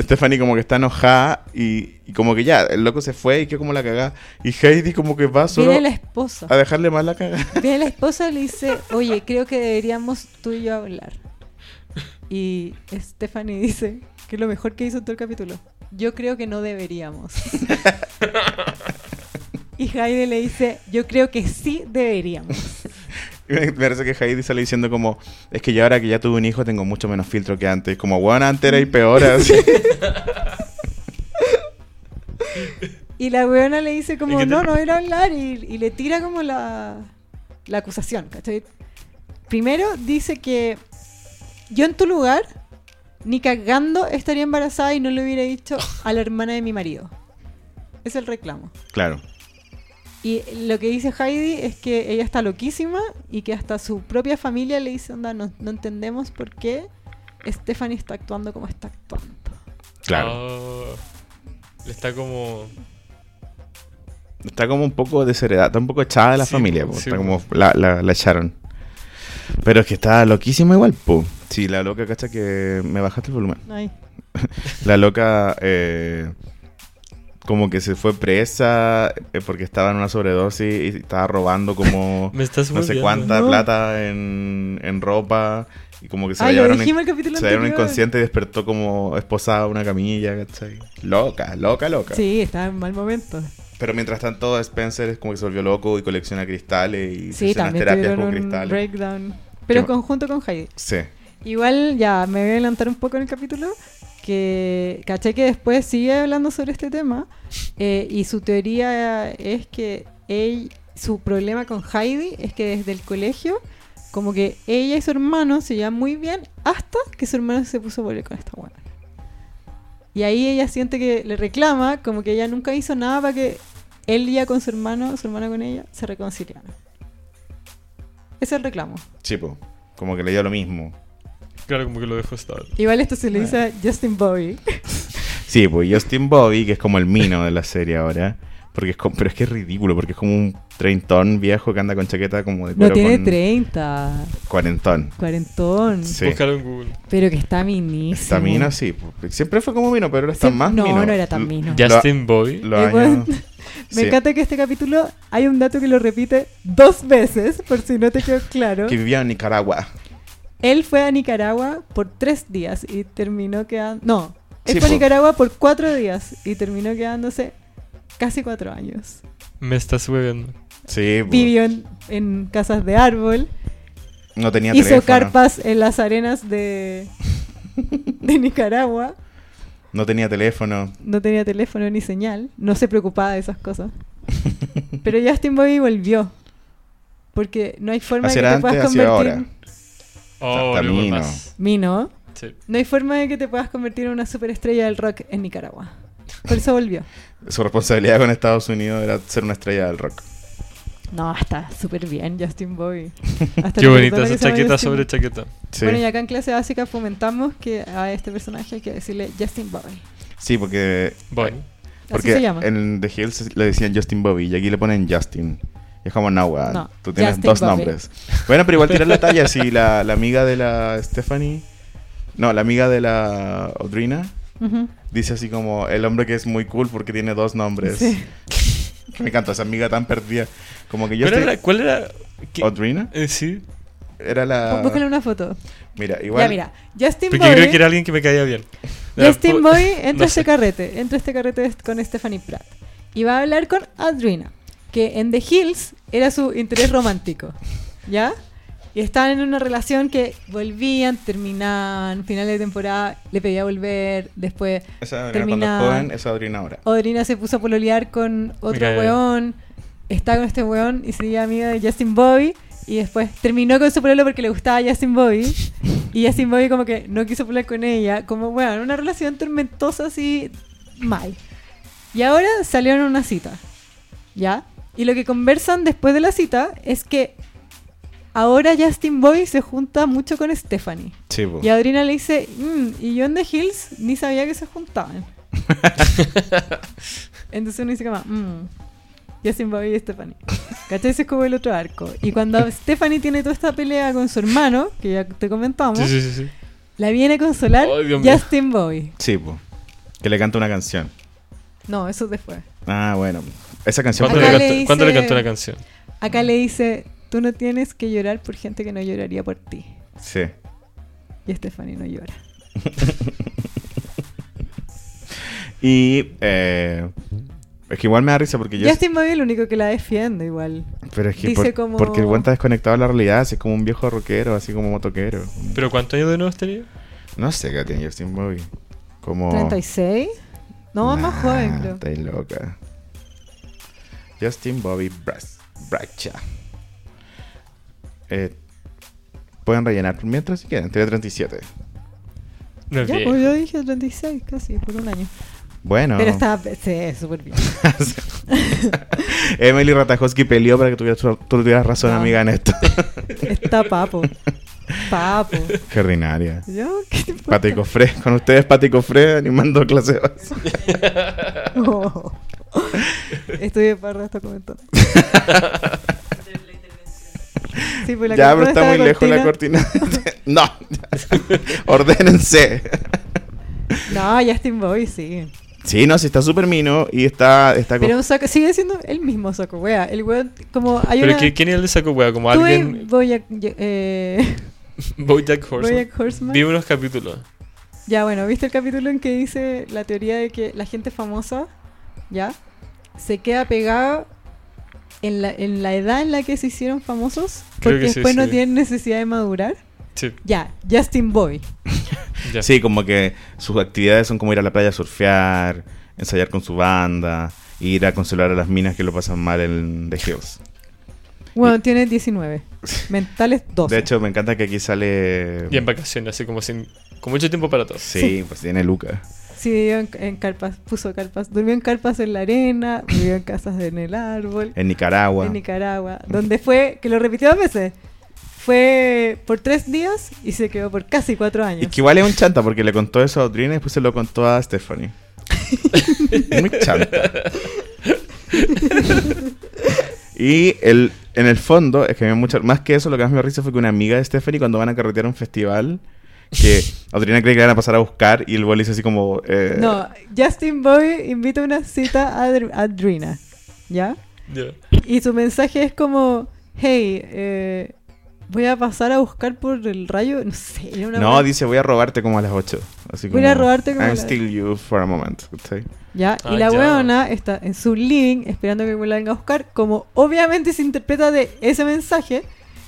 Stephanie como que está enojada y, y como que ya, el loco se fue y quedó como la cagada. Y Heidi como que va solo
Viene la esposa.
a dejarle más la cagada.
Viene la esposa y le dice, oye, creo que deberíamos tú y yo hablar. Y Stephanie dice que lo mejor que hizo en todo el capítulo. Yo creo que no deberíamos. y Heidi le dice, yo creo que sí deberíamos.
Y Me parece que Heidi sale diciendo como, es que yo ahora que ya tuve un hijo tengo mucho menos filtro que antes. Como, weón, antes era y peor. así.
Y la weona le dice
¿Y
como,
qué te-
no, no ir a hablar. Y, y le tira como la, la acusación, ¿cachai? Primero dice que yo en tu lugar, ni cagando, estaría embarazada y no le hubiera dicho a la hermana de mi marido. Es el reclamo.
claro.
Y lo que dice Heidi es que ella está loquísima y que hasta su propia familia le dice, onda, no, no entendemos por qué Stephanie está actuando como está actuando.
Claro.
Oh. Le está como.
Está como un poco desheredada, está un poco echada de la
Sí,
familia.
po,
po.
sí,
está
po.
como, la, la, la echaron. Pero es que está loquísima igual, po. Sí, la loca, cacha que me bajaste el volumen.
Ay,
La loca eh, como que se fue presa eh, porque estaba en una sobredosis y estaba robando como
Me estás
no sé
hueveando.
cuánta
No.
plata en, en ropa y como que se la
Ay, lo
llevaron,
dijimos
in-
el capítulo
se la llevaron
anterior.
inconsciente y despertó como esposada a una camilla, ¿cachai? Loca, loca, loca.
Sí, estaba en mal momento.
Pero mientras tanto Spencer es como que se volvió loco y colecciona cristales
Sí,
y hace unas
también
terapias
tuvieron
con
un
cristales.
breakdown. Pero
Qué ma-
conjunto con Heidi.
Sí,
Igual ya me voy a adelantar un poco en el capítulo. Que caché que después sigue hablando sobre este tema. eh, y su teoría es que él- su problema con Heidi es que desde el colegio, como que ella y su hermano se llevan muy bien hasta que su hermano se puso a volver con esta buena. Y ahí ella siente que le reclama, como que ella nunca hizo nada para que él ya con su hermano, su hermana con ella, se reconciliaran. Ese es el reclamo.
chipo. Como que le dio lo mismo.
Claro, como que lo dejó estar.
Igual esto se le dice a Justin Bowie.
Sí, pues Justin Bobby, que es como el mino de la serie ahora. Porque es como- pero es que es ridículo, porque es como un treintón viejo que anda con chaqueta como de
No
cuero
tiene Mm.
con
30,
cuarentón.
cuarentón,
Sí.
Búscalo en Google.
pero que está minísimo.
Está mino, sí. pues. Siempre fue como mino, pero ahora está
Siempre-
más
no,
mino.
no era tan mino.
Lo-
Justin Boy.
Los
Y bueno,
años-
Me
sí,
encanta que este capítulo hay un dato que lo repite dos veces, por si no te quedó claro.
Que vivía en Nicaragua.
Él fue a Nicaragua por tres días y terminó quedando... No, él
Sí,
fue a
po.
Nicaragua por cuatro días y terminó quedándose casi cuatro años.
Me estás hueveando.
Sí, pues.
Vivió en, en casas de árbol,
No tenía
hizo
teléfono.
carpas en las arenas de, de Nicaragua.
No tenía teléfono.
no tenía teléfono ni señal, no se preocupaba de esas cosas. Pero Justin Bobby volvió. Porque no hay forma de
Así
que
era
te
antes,
puedas
así
convertir.
era ahora.
Oh,
Hasta
luego
mí, no.
más.
Mino,
Sí.
no hay forma de que te puedas convertir en una superestrella del rock en Nicaragua. Por eso volvió.
Su responsabilidad con Estados Unidos era ser una estrella del rock.
No, está súper bien Justin Bobby. Hasta
Qué
el
bonita
perdona
esa
que se llame
chaqueta
Justin
sobre
Bobby.
chaqueta.
Sí.
Bueno, y acá en clase básica fomentamos que a este personaje hay que decirle Justin Bobby.
sí, porque,
Bueno.
Así se
porque
llama.
en The Hills le decían Justin Bobby y aquí le ponen Justin. Y es como, no, weón,
No,
tú tienes
Justin
dos
Bobby.
nombres. Bueno, pero igual tirar la talla. Si la, la amiga de la Stephanie, no, la amiga de la Audrina,
Ujú.
dice así como, el hombre que es muy cool porque tiene dos nombres.
Sí.
Que Me encanta esa amiga tan perdida. Como que yo
¿Cuál
estoy...
era? ¿Cuál era? ¿Qué-
¿Audrina?
eh, sí.
Era la...
Búscale una foto.
Mira, Ah. igual...
Ya, mira. Justin
Porque
Bobby.
creo que era alguien que me caía bien.
Justin
Era-
Bobby entra
no
a este
sé.
carrete, entra a este carrete est- con Stephanie Pratt y va a hablar con Adrina, que en The Hills era su interés romántico, ¿ya? Y estaban en una relación que volvían, terminaban, final de temporada le pedía volver, después
Esa Audrina
terminaban.
cuando joven, esa Audrina ahora.
Odrina se puso a pololear con otro
cae bien.
weón, está con este weón y sería amiga de Justin Bobby. Y después terminó con su pololo porque le gustaba Justin Bobby. Y Justin Bobby como que no quiso pololear con ella. Como, weón, una relación tormentosa así mal. Y ahora salieron a una cita. ¿Ya? Y lo que conversan después de la cita es que ahora Justin Bobby se junta mucho con Stephanie.
Sí, po.
Y Adrina le dice, "Mm, y yo en The Hills ni sabía que se juntaban. Entonces uno dice como, mmm, Justin Bobby y Stephanie. ¿Cachai? Ese es como el otro arco. Y cuando Stephanie tiene toda esta pelea con su hermano, que ya te comentamos,
Sí, sí, sí. sí.
la viene a consolar
Ay, Dios mío.
Justin Bobby.
Sí, po. Que le canta una canción.
No, eso es después.
Ah, bueno. Esa canción...
¿Cuándo,
Acá
le
le
cantó, cuándo le
dice-
cantó una canción?
Acá le dice, tú no tienes que llorar por gente que no lloraría por ti.
Sí.
Y Stephanie no llora.
Y... eh, es que igual me da risa porque yo...
Justin Bobby es el único que la defiende igual.
Pero es que
dice
por-
como-
porque el buen está desconectado de la realidad, así como un viejo rockero, así como motoquero.
¿Pero cuántos años de nuevo has tenido?
No sé qué tiene Justin Bobby.
Oh.
Como...
¿36? No, más
Nah,
joven creo.
Estoy loca. Justin Bobby Bras- Bracha. Eh, pueden rellenar mientras si quieren. Tiene 37.
No es
Ya,
bien.
pues yo dije 36 casi, por un año.
Bueno.
Pero estaba sí, súper bien.
Emily Ratajowski peleó para que tuvieras, tú tuvieras razón,
No.
amiga, en esto.
Está papo. Papo.
Qué ordinaria.
Yo, ¿qué te importa?
Patico Fre, con ustedes Patico Fre animando clase de base.
Oh. Estuve parra hasta comentando. Sí, pues la
Ya, pero
cortina
está
estaba
muy lejos la cortina. no. Ordénense.
No, Justin Bobby sí.
Sí, no, sí, está súper mino y está... está
Pero un saco, sigue siendo el mismo saco, wea. El weón, como hay
¿Pero
una.
qué- quién es el de saco hueá? Como
Tuve
alguien...
Bojack, eh,
Bojack Horseman.
Bojack Horseman.
Vi unos capítulos.
Ya, bueno, ¿viste el capítulo en que dice la teoría de que la gente famosa, ya, se queda pegada en la, en la edad en la que se hicieron famosos?
Creo
Porque
que sí,
después no
sí.
tienen necesidad de madurar.
Sí,
Ya, Justin Boy.
ya.
Sí, como que sus actividades son como ir a la playa a surfear, ensayar con su banda, ir a consolar a las minas que lo pasan mal en The Hills.
Bueno, tiene 19. Mentales 12.
De hecho, me encanta que aquí sale...
Y en vacaciones, así como sin... Con mucho tiempo para todos.
Sí,
Sí.
pues tiene Luca.
Sí, vivió en, en carpas, puso carpas. Durmió en carpas en la arena, vivió en casas en el árbol,
En Nicaragua.
en Nicaragua, donde fue, que lo repitió dos veces. Fue por tres días y se quedó por casi cuatro
Y
años.
que igual es un chanta porque le contó eso a Audrina y después se lo contó a Stephanie. Muy chanta. y el, en el fondo, es que me dio mucha, más que eso, lo que más me dio risa fue que una amiga de Stephanie, cuando van a carretear a un festival, que Audrina cree que la van a pasar a buscar y el bol dice así como. eh,
No, Justin Bowie invita a una cita a Adr- Adrina, ¿ya?
Ya.
Y su mensaje es como, hey, eh, voy a pasar a buscar por el rayo, no sé, era una
no,
wea-
dice voy a robarte como a las 8. Así
Voy
como,
a robarte como a
I'm
las-
still you for a moment. ¿cachai?
¿ya?
Ah,
y la
ya.
weona está en su living esperando que la venga a buscar, como obviamente se interpreta de ese mensaje,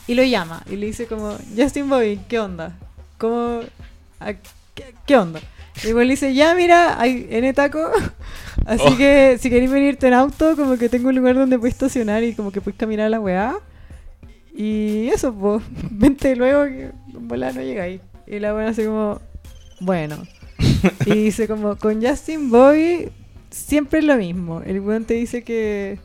y lo llama, y le dice como, Justin Bowie, ¿qué onda? ¿Cómo? a- qué, qué onda? Y el weón le dice, ya mira, hay N taco, así
Oh.
que si queréis venirte en auto, como que tengo un lugar donde puedes estacionar y como que puedes caminar a la weá. Y eso, pues, vente luego que en volada no llegáis. Y la buena así como, bueno. y dice como, con Justin Bobby siempre es lo mismo. El weón te dice que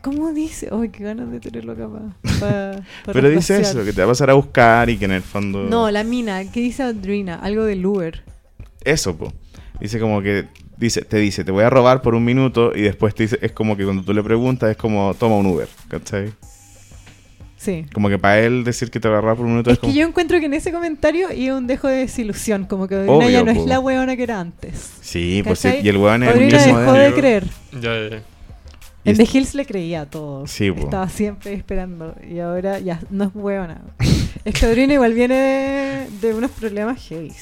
¿Cómo dice? ¡Ay, qué ganas de tenerlo acá pa- pa- pa
Pero dice
rastrear.
eso, que te va a pasar a buscar y que en el fondo...
No, la mina. ¿Qué dice Adrina? Algo del Uber.
Eso, po. Dice como que... Dice, te dice, te voy a robar por un minuto y después te dice... Es como que cuando tú le preguntas es como, toma un Uber, ¿cachai?
Sí.
Como que para él decir que te va a robar por un minuto es,
Es que
como...
yo encuentro que en ese comentario hay un dejo de desilusión, como que Odrina
Obvio,
ya no es
po.
la weona que era antes.
Sí, pues sí.
¿Cachai?
Y el weón es el
Odrina
mismo
dejó
de-
de
él.
creer.
Ya, ya, ya.
y
En
es-
The Hills le creía a todo.
Sí, po.
Estaba siempre esperando. Y ahora ya no es huevona. Es que Odrina igual viene de, de unos problemas heavy.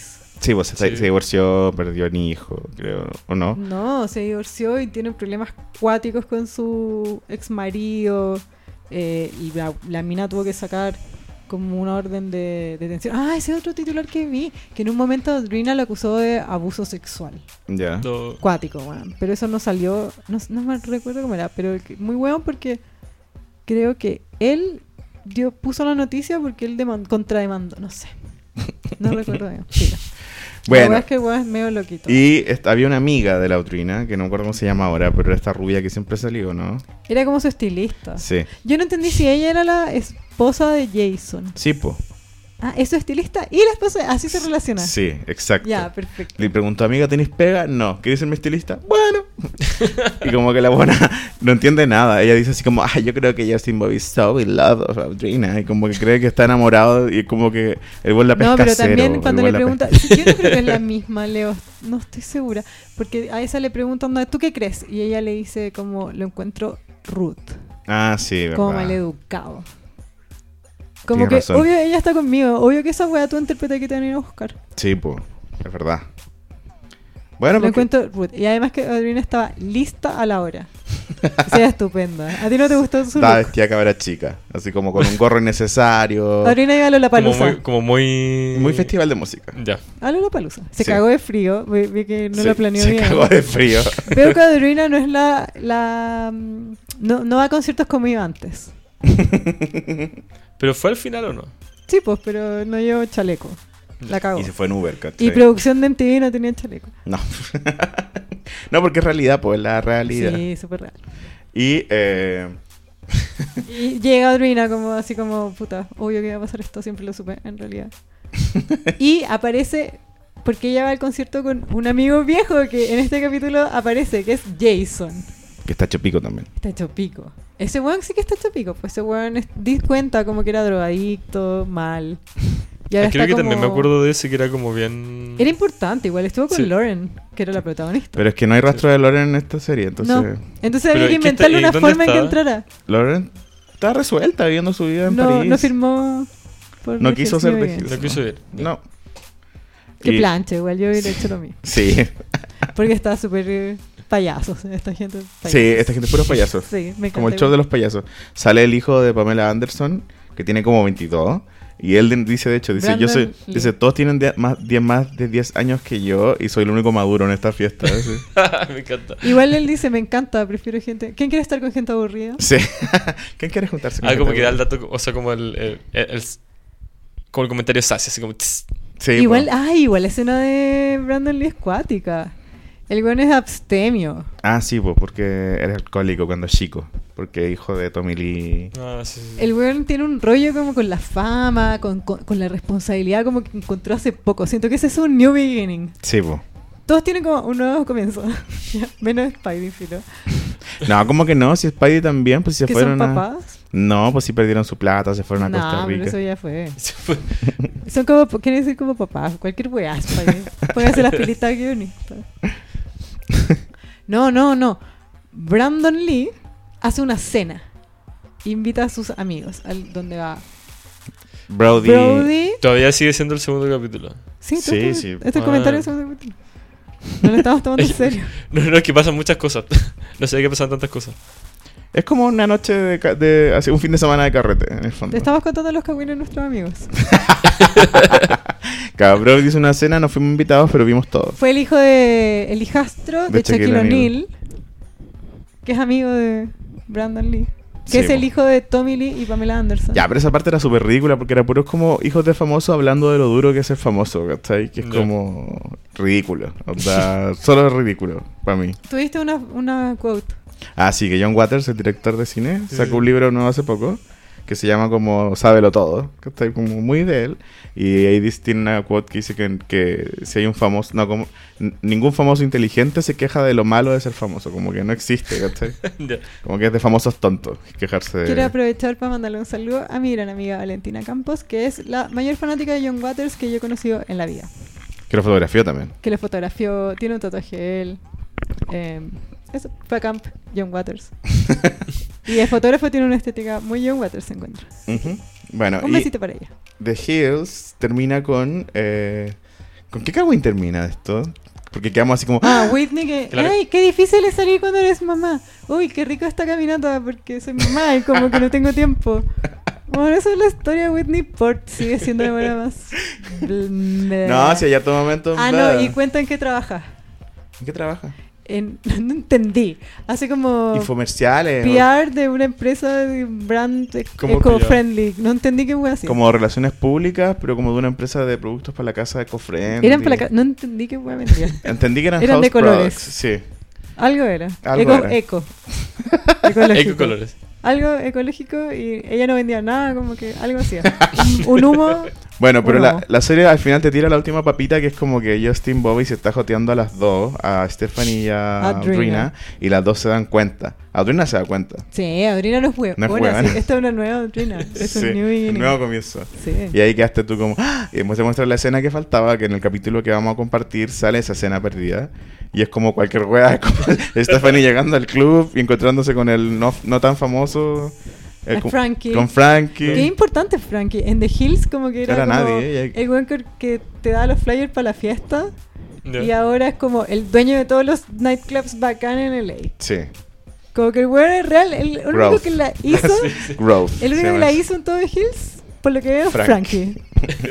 Sí, pues se,
Sí.
se divorció, perdió un hijo, creo, ¿o no?
No, se divorció y tiene problemas cuáticos con su ex marido. eh, y la, la mina tuvo que sacar como una orden de detención. Ah, ese otro titular que vi. Que en un momento Odrina lo acusó de abuso sexual.
Ya.
Lo-
acuático, weón. Pero eso no salió, no, no me recuerdo cómo era, pero que- muy weón porque creo que él dio, puso la noticia porque él deman- contrademandó, no sé. No recuerdo bien. Filo. La
Bueno,
weá es que el weón es medio loquito.
y est- había una amiga de la Utrina, que no me acuerdo cómo se llama ahora, pero era esta rubia que siempre salió, ¿no?
Era como su estilista.
Sí.
Yo no entendí si ella era la esposa de Jason.
Sí, po.
Ah, es su estilista y la esposa, de- así se relaciona.
Sí, exacto.
Ya, perfecto.
Le preguntó, amiga, ¿tenés pega? No. ¿Quieres ser mi estilista? Bueno. y como que la buena no entiende nada. Ella dice así como, ay, yo creo que Justin Bobby is so in love of Audrina. Y como que cree que está enamorado y como que el buen la pesca
No, pero
cero,
también
el
cuando le
buen la
pregunta,
pesca-
yo no creo que es la misma, Leo, no estoy segura, porque a esa le preguntan, "No, ¿tú qué crees? Y ella le dice como, lo encuentro Ruth,
Ah, sí, verdad.
como maleducado. Como
Tienes
que,
razón.
obvio, ella está conmigo, obvio que esa weá tú interpretas que te van a ir a buscar.
Sí, po. Es verdad. Bueno,
lo
porque-
encuentro Ruth. Y además que Adriana estaba lista a la hora. O sea, estupenda. ¿A ti no te gustó su
Estaba
look?
vestida cabra chica, así como con un gorro innecesario.
Adriana iba a
como,
Lollapalooza.
muy, como muy.
Muy festival de música.
Ya.
A Lollapalooza. Se
Sí.
cagó de frío, vi, vi que no
se,
lo planeó
se
bien.
cagó de frío.
Veo que Adriana no es la. la mm, no, no va a conciertos como iba antes.
¿Pero fue al final o no?
Sí, pues, pero no llevo chaleco. La cagó.
y se fue en Uber, ¿cachai?
Y producción de MTV no tenía chaleco.
No. no, porque es realidad, pues, la realidad.
Sí, súper real.
Y eh,
Y llega Adriana como así como, puta, obvio que iba a pasar esto, siempre lo supe, en realidad. y aparece, porque ella va al concierto con un amigo viejo que en este capítulo aparece, que es Jason.
que está chopico también.
Está hecho pico. Ese weón sí que está hecho pico. Pues ese weón es- di cuenta como que era drogadicto, mal. Y ahora
Ah, creo
está
que también me
como-
acuerdo de ese que era como bien.
Era importante, igual estuvo con
Sí.
Lauren, que era la protagonista.
Pero es que no hay rastro de Loren en esta serie, entonces.
no. Entonces
Pero
había que
¿y qué está-
inventarle
y
una
dónde
forma en que
está?
entrara.
Loren está resuelta viviendo su vida en
No,
París.
no firmó. por
No
The
quiso
Hills,
ser
muy
de
bien.
Hills.
No quiso ir.
No.
Qué
Y-
plancha, igual yo hubiera hecho lo mismo.
Sí,
Porque está súper eh, payasos esta gente.
sí, esta gente es puros payasos.
Sí, me encanta.
Como el show de los payasos. Sale el hijo de Pamela Anderson, que tiene como 22. Y él de- dice, de hecho, dice, yo soy,
Brandon Lee.
dice, todos tienen de- más, diez- más de 10 años que yo y soy el único maduro en esta fiesta. Sí.
me encanta.
Igual él dice, me encanta, prefiero gente... ¿Quién quiere estar con gente aburrida?
Sí. ¿Quién quiere juntarse
Ah, como
gente
que da el
buena?
dato, o sea, como el. el- el- el- como el comentario sassy, así como. "Tss".
Sí,
igual,
po.
ah, igual la escena de Brandon Lee es cuática. El güey es abstemio.
Ah, sí, pues, porque era alcohólico cuando chico. Porque hijo de Tommy Lee.
Ah, sí, sí, sí.
El weón tiene un rollo como con la fama, con, con- con la responsabilidad como que encontró hace poco. Siento que ese es un new beginning.
Sí, pues.
Todos tienen como un nuevo comienzo. Ya, Menos Spidey, filo.
No, como que no, si Spidey también, pues si se
Que son
fueron a...
papás.
No, pues si perdieron su plata, se fueron a Costa
pero
Rica.
eso ya fue.
Se fue.
Son como, quieren decir como papás. Cualquier weá, Spidey. Póngase las pilitas guionistas. No, no, no. Brandon Lee hace una cena. Invita a sus amigos al donde va
Brody.
Brody.
Todavía sigue siendo el segundo capítulo.
Sí, tú,
Sí,
tú,
sí.
Este
Ah.
comentario es un- No lo estamos tomando en serio.
No, no, es que pasan muchas cosas. No sé qué pasan tantas cosas.
Es como una noche de, ca- de... así, un fin de semana de carrete, en el fondo.
Te estamos contando los cagüines de nuestros amigos.
Cabrón hizo una cena, no fuimos invitados, pero vimos todo.
Fue el hijo de. El hijastro de,
De
Shaquille
Shaquille O'Neal.
O'Neal, que es amigo de Brandon Lee. Que
Sí,
es el
po.
hijo de Tommy Lee y Pamela Anderson.
Ya, pero esa parte era súper ridícula porque era puros como hijos de famosos hablando de lo duro que es ser famoso, ¿cachai? Que es
Ya.
como ridículo. O sea, solo es ridículo para mí.
Tuviste una, una quote.
Ah, sí, que John Waters, el director de cine,
Sí,
sacó
sí.
un libro nuevo hace poco que se llama como Sábelo Todo, que está como muy de él. Y ahí dice- tiene una quote que dice que, que si hay un famoso, no, como, n- ningún famoso inteligente se queja de lo malo de ser famoso, como que no existe, ¿cachai?
Ya.
Como que es de famosos tontos quejarse de...
Quiero aprovechar para mandarle un saludo a mi gran amiga Valentina Campos, que es la mayor fanática de John Waters que yo he conocido en la vida.
Que lo fotografió también.
Que le fotografió, tiene un tatuaje él. eh, eso, fue a camp John Waters. y el fotógrafo tiene una estética muy John Waters, se encuentra.
Ujú. Bueno,
Un
Ah, y
besito para ella.
The Hills termina con... eh, ¿Con qué Cagüín termina esto? Porque quedamos así como...
Ah, Whitney que...
Claro.
¡Ay, qué difícil es salir cuando eres mamá! ¡Uy, qué rico esta caminata porque soy mamá y como que no tengo tiempo! Bueno, esa es la historia de Whitney Port. Sigue siendo de buena más...
No,
no,
si allá todo momento...
Ah,
bla.
no, y cuenta en qué trabaja.
¿En qué trabaja?
En- no entendí. Hace como
Infomerciales. ¿no?
PR de una empresa de brand e-
¿Cómo
eco-friendly. No entendí qué fue así.
Como relaciones públicas, pero como de una empresa de productos para la casa de Cofriendly.
Eran para la ca- No entendí qué fue mentira.
Entendí que eran,
Eran
house
de colores.
products, Sí.
Algo era.
Algo
eco,
era.
eco. Ecológico.
Eco colores.
Algo ecológico y ella no vendía nada, como que algo hacía. Un, un humo.
Bueno, pero la,
Wow.
la serie al final te tira la última papita que es como que Justin Bobby se está joteando a las dos, a Stephanie y a
Adrina.
Adrina, y las dos se dan cuenta. Adrina se da cuenta.
Sí, Adrina no es huevo.
No es
Bueno,
huevona.
sí, esta es una nueva doctrina. Es
Sí,
un new beginning.
nuevo comienzo.
Sí.
Y ahí quedaste tú como... ¡Ah! Y se muestra la escena que faltaba, que en el capítulo que vamos a compartir sale esa escena perdida. Y es como cualquier wea, es como Stephanie llegando al club y encontrándose con el no, no tan famoso... eh,
A
con
Frankie.
Con Frankie.
Qué importante, Frankie. En The Hills, como que era,
Era
como
nadie, ella-
el weón que, que te da los flyers para la fiesta.
Ya.
Y ahora es como el dueño de todos los nightclubs bacán en LA.
Sí.
Como que el weón es real. El único
Growth.
que la hizo,
Growth.
el
se
único que
llama
la
eso.
hizo en todo The Hills, por lo que veo, es
Frank.
Frankie.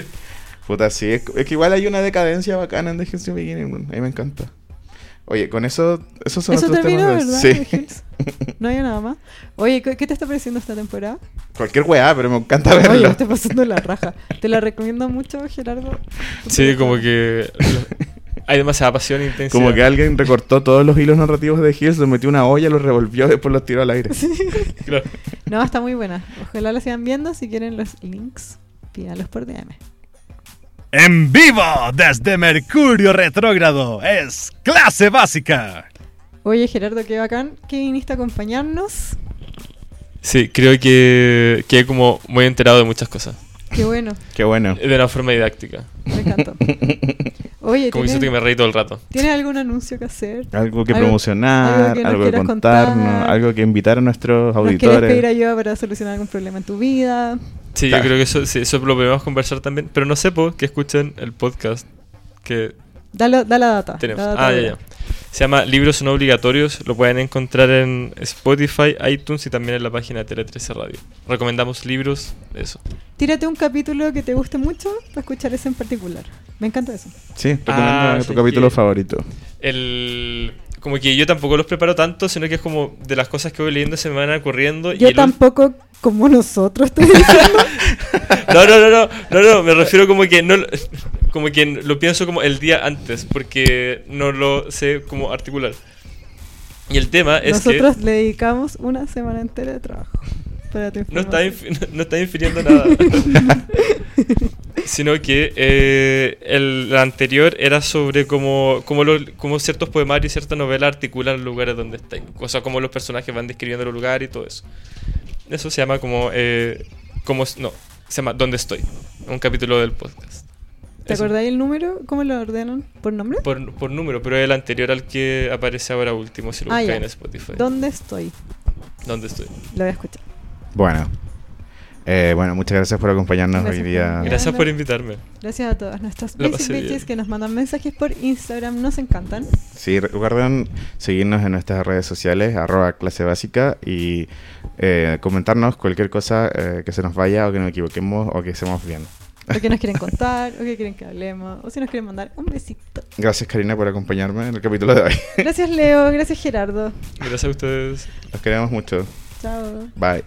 Puta, sí. Es, es que igual hay una decadencia bacana en The Hills Have Beginning. weón. A mí me encanta. Oye, con eso... Esos son
Eso
nuestros
terminó,
temas.
¿verdad?
de-
The
Sí.
Hills. No hay nada más. Oye, ¿qué qué te está pareciendo esta temporada?
Cualquier weá, pero me encanta
Oye,
verlo.
me estoy pasando la raja. Te la recomiendo mucho, Gerardo.
Sí, como que. Hay demasiada pasión e intensa.
Como que alguien recortó todos los hilos narrativos de Hills, los metió una olla, los revolvió y después los tiró al aire.
Claro.
No, está muy buena. Ojalá la sigan viendo. Si quieren los links, pídanlos por DM.
En vivo desde Mercurio Retrógrado es clase básica.
Oye, Gerardo, qué bacán que viniste a acompañarnos.
Sí, creo que quedé como muy enterado de muchas cosas.
Qué bueno,
Qué bueno.
De una forma didáctica.
me encantó. Oye,
Como que siento que me
¿tienes,
reí todo el rato.
tienes algún anuncio que hacer?
Algo que
Algo- algo
promocionar, algo
que
que,
nos quieras
contarnos,
contar.
algo que invitar a nuestros
¿Nos quieres
auditores.
pedir ayuda para solucionar algún problema en tu vida?
Sí,
Claro.
yo creo que eso, sí, eso lo podemos conversar también. Pero no sé, po, que escuchen el podcast que
Dale, da la data.
tenemos.
la data
Ah, ya,
dura.
ya. Se llama Libros no obligatorios. Lo pueden encontrar en Spotify, iTunes y también en la página de Tele 13 Radio. Recomendamos libros, eso.
Tírate un capítulo que te guste mucho para escuchar ese en particular. Me encanta eso.
Sí, recomiendo
Ah,
tu
sí,
capítulo
es que-
favorito.
El. Como que yo tampoco los preparo tanto, sino que es como de las cosas que voy leyendo se me van ocurriendo. y
Yo
el ul-
tampoco, como nosotros, te diciendo.
No, no, no, no, no, no, me refiero como que no lo- como que lo pienso como el día antes porque no lo sé como articular. Y el tema es
nosotros le dedicamos una semana entera de trabajo. Para tu
que no está,
información.
inf- no está infiriendo nada. Sino que eh, el la anterior era sobre cómo, cómo, los- cómo ciertos poemarios y ciertas novelas articulan los lugares donde están. O sea, cómo los personajes van describiendo los lugares y todo eso. Eso se llama como... eh, como no, se llama ¿Dónde estoy? Un capítulo del podcast.
¿Te
Eso.
acordáis el número? ¿Cómo lo ordenan? ¿Por nombre?
Por, por número, pero es el anterior al que aparece ahora último, si lo
Ah,
buscáis
ya.
en Spotify.
¿Dónde Ah, estoy?
¿Dónde estoy?
Lo voy a escuchar.
Bueno. Eh, bueno, muchas gracias por acompañarnos
Gracias
hoy
por
día.
venir.
Gracias
no.
por invitarme.
Gracias a todas nuestras
La
bitches
pasé bien.
bitches que nos mandan mensajes por Instagram. Nos encantan.
Sí, recuerden seguirnos en nuestras redes sociales, arroba clase básica, y eh, comentarnos cualquier cosa eh, que se nos vaya o que nos equivoquemos o que hacemos bien.
O que nos quieren contar, o que quieren que hablemos, o si nos quieren mandar un besito.
Gracias Karina por acompañarme en el capítulo de hoy.
Gracias Leo, gracias Gerardo.
Gracias a ustedes.
Los queremos mucho.
Chao.
Bye.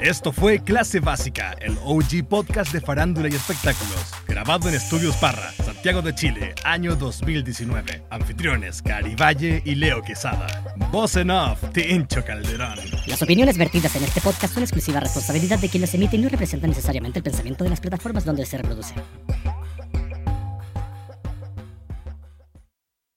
Esto fue Clase Básica, el OG podcast de farándula y espectáculos, grabado en Estudios Parra, Santiago. Santiago de Chile, año 2019. Anfitriones, Cari Valle y Leo Quesada. Voz en off, Tincho Calderón.
Las opiniones vertidas en este podcast son exclusiva responsabilidad de quien las emite y no representan necesariamente el pensamiento de las plataformas donde se reproduce.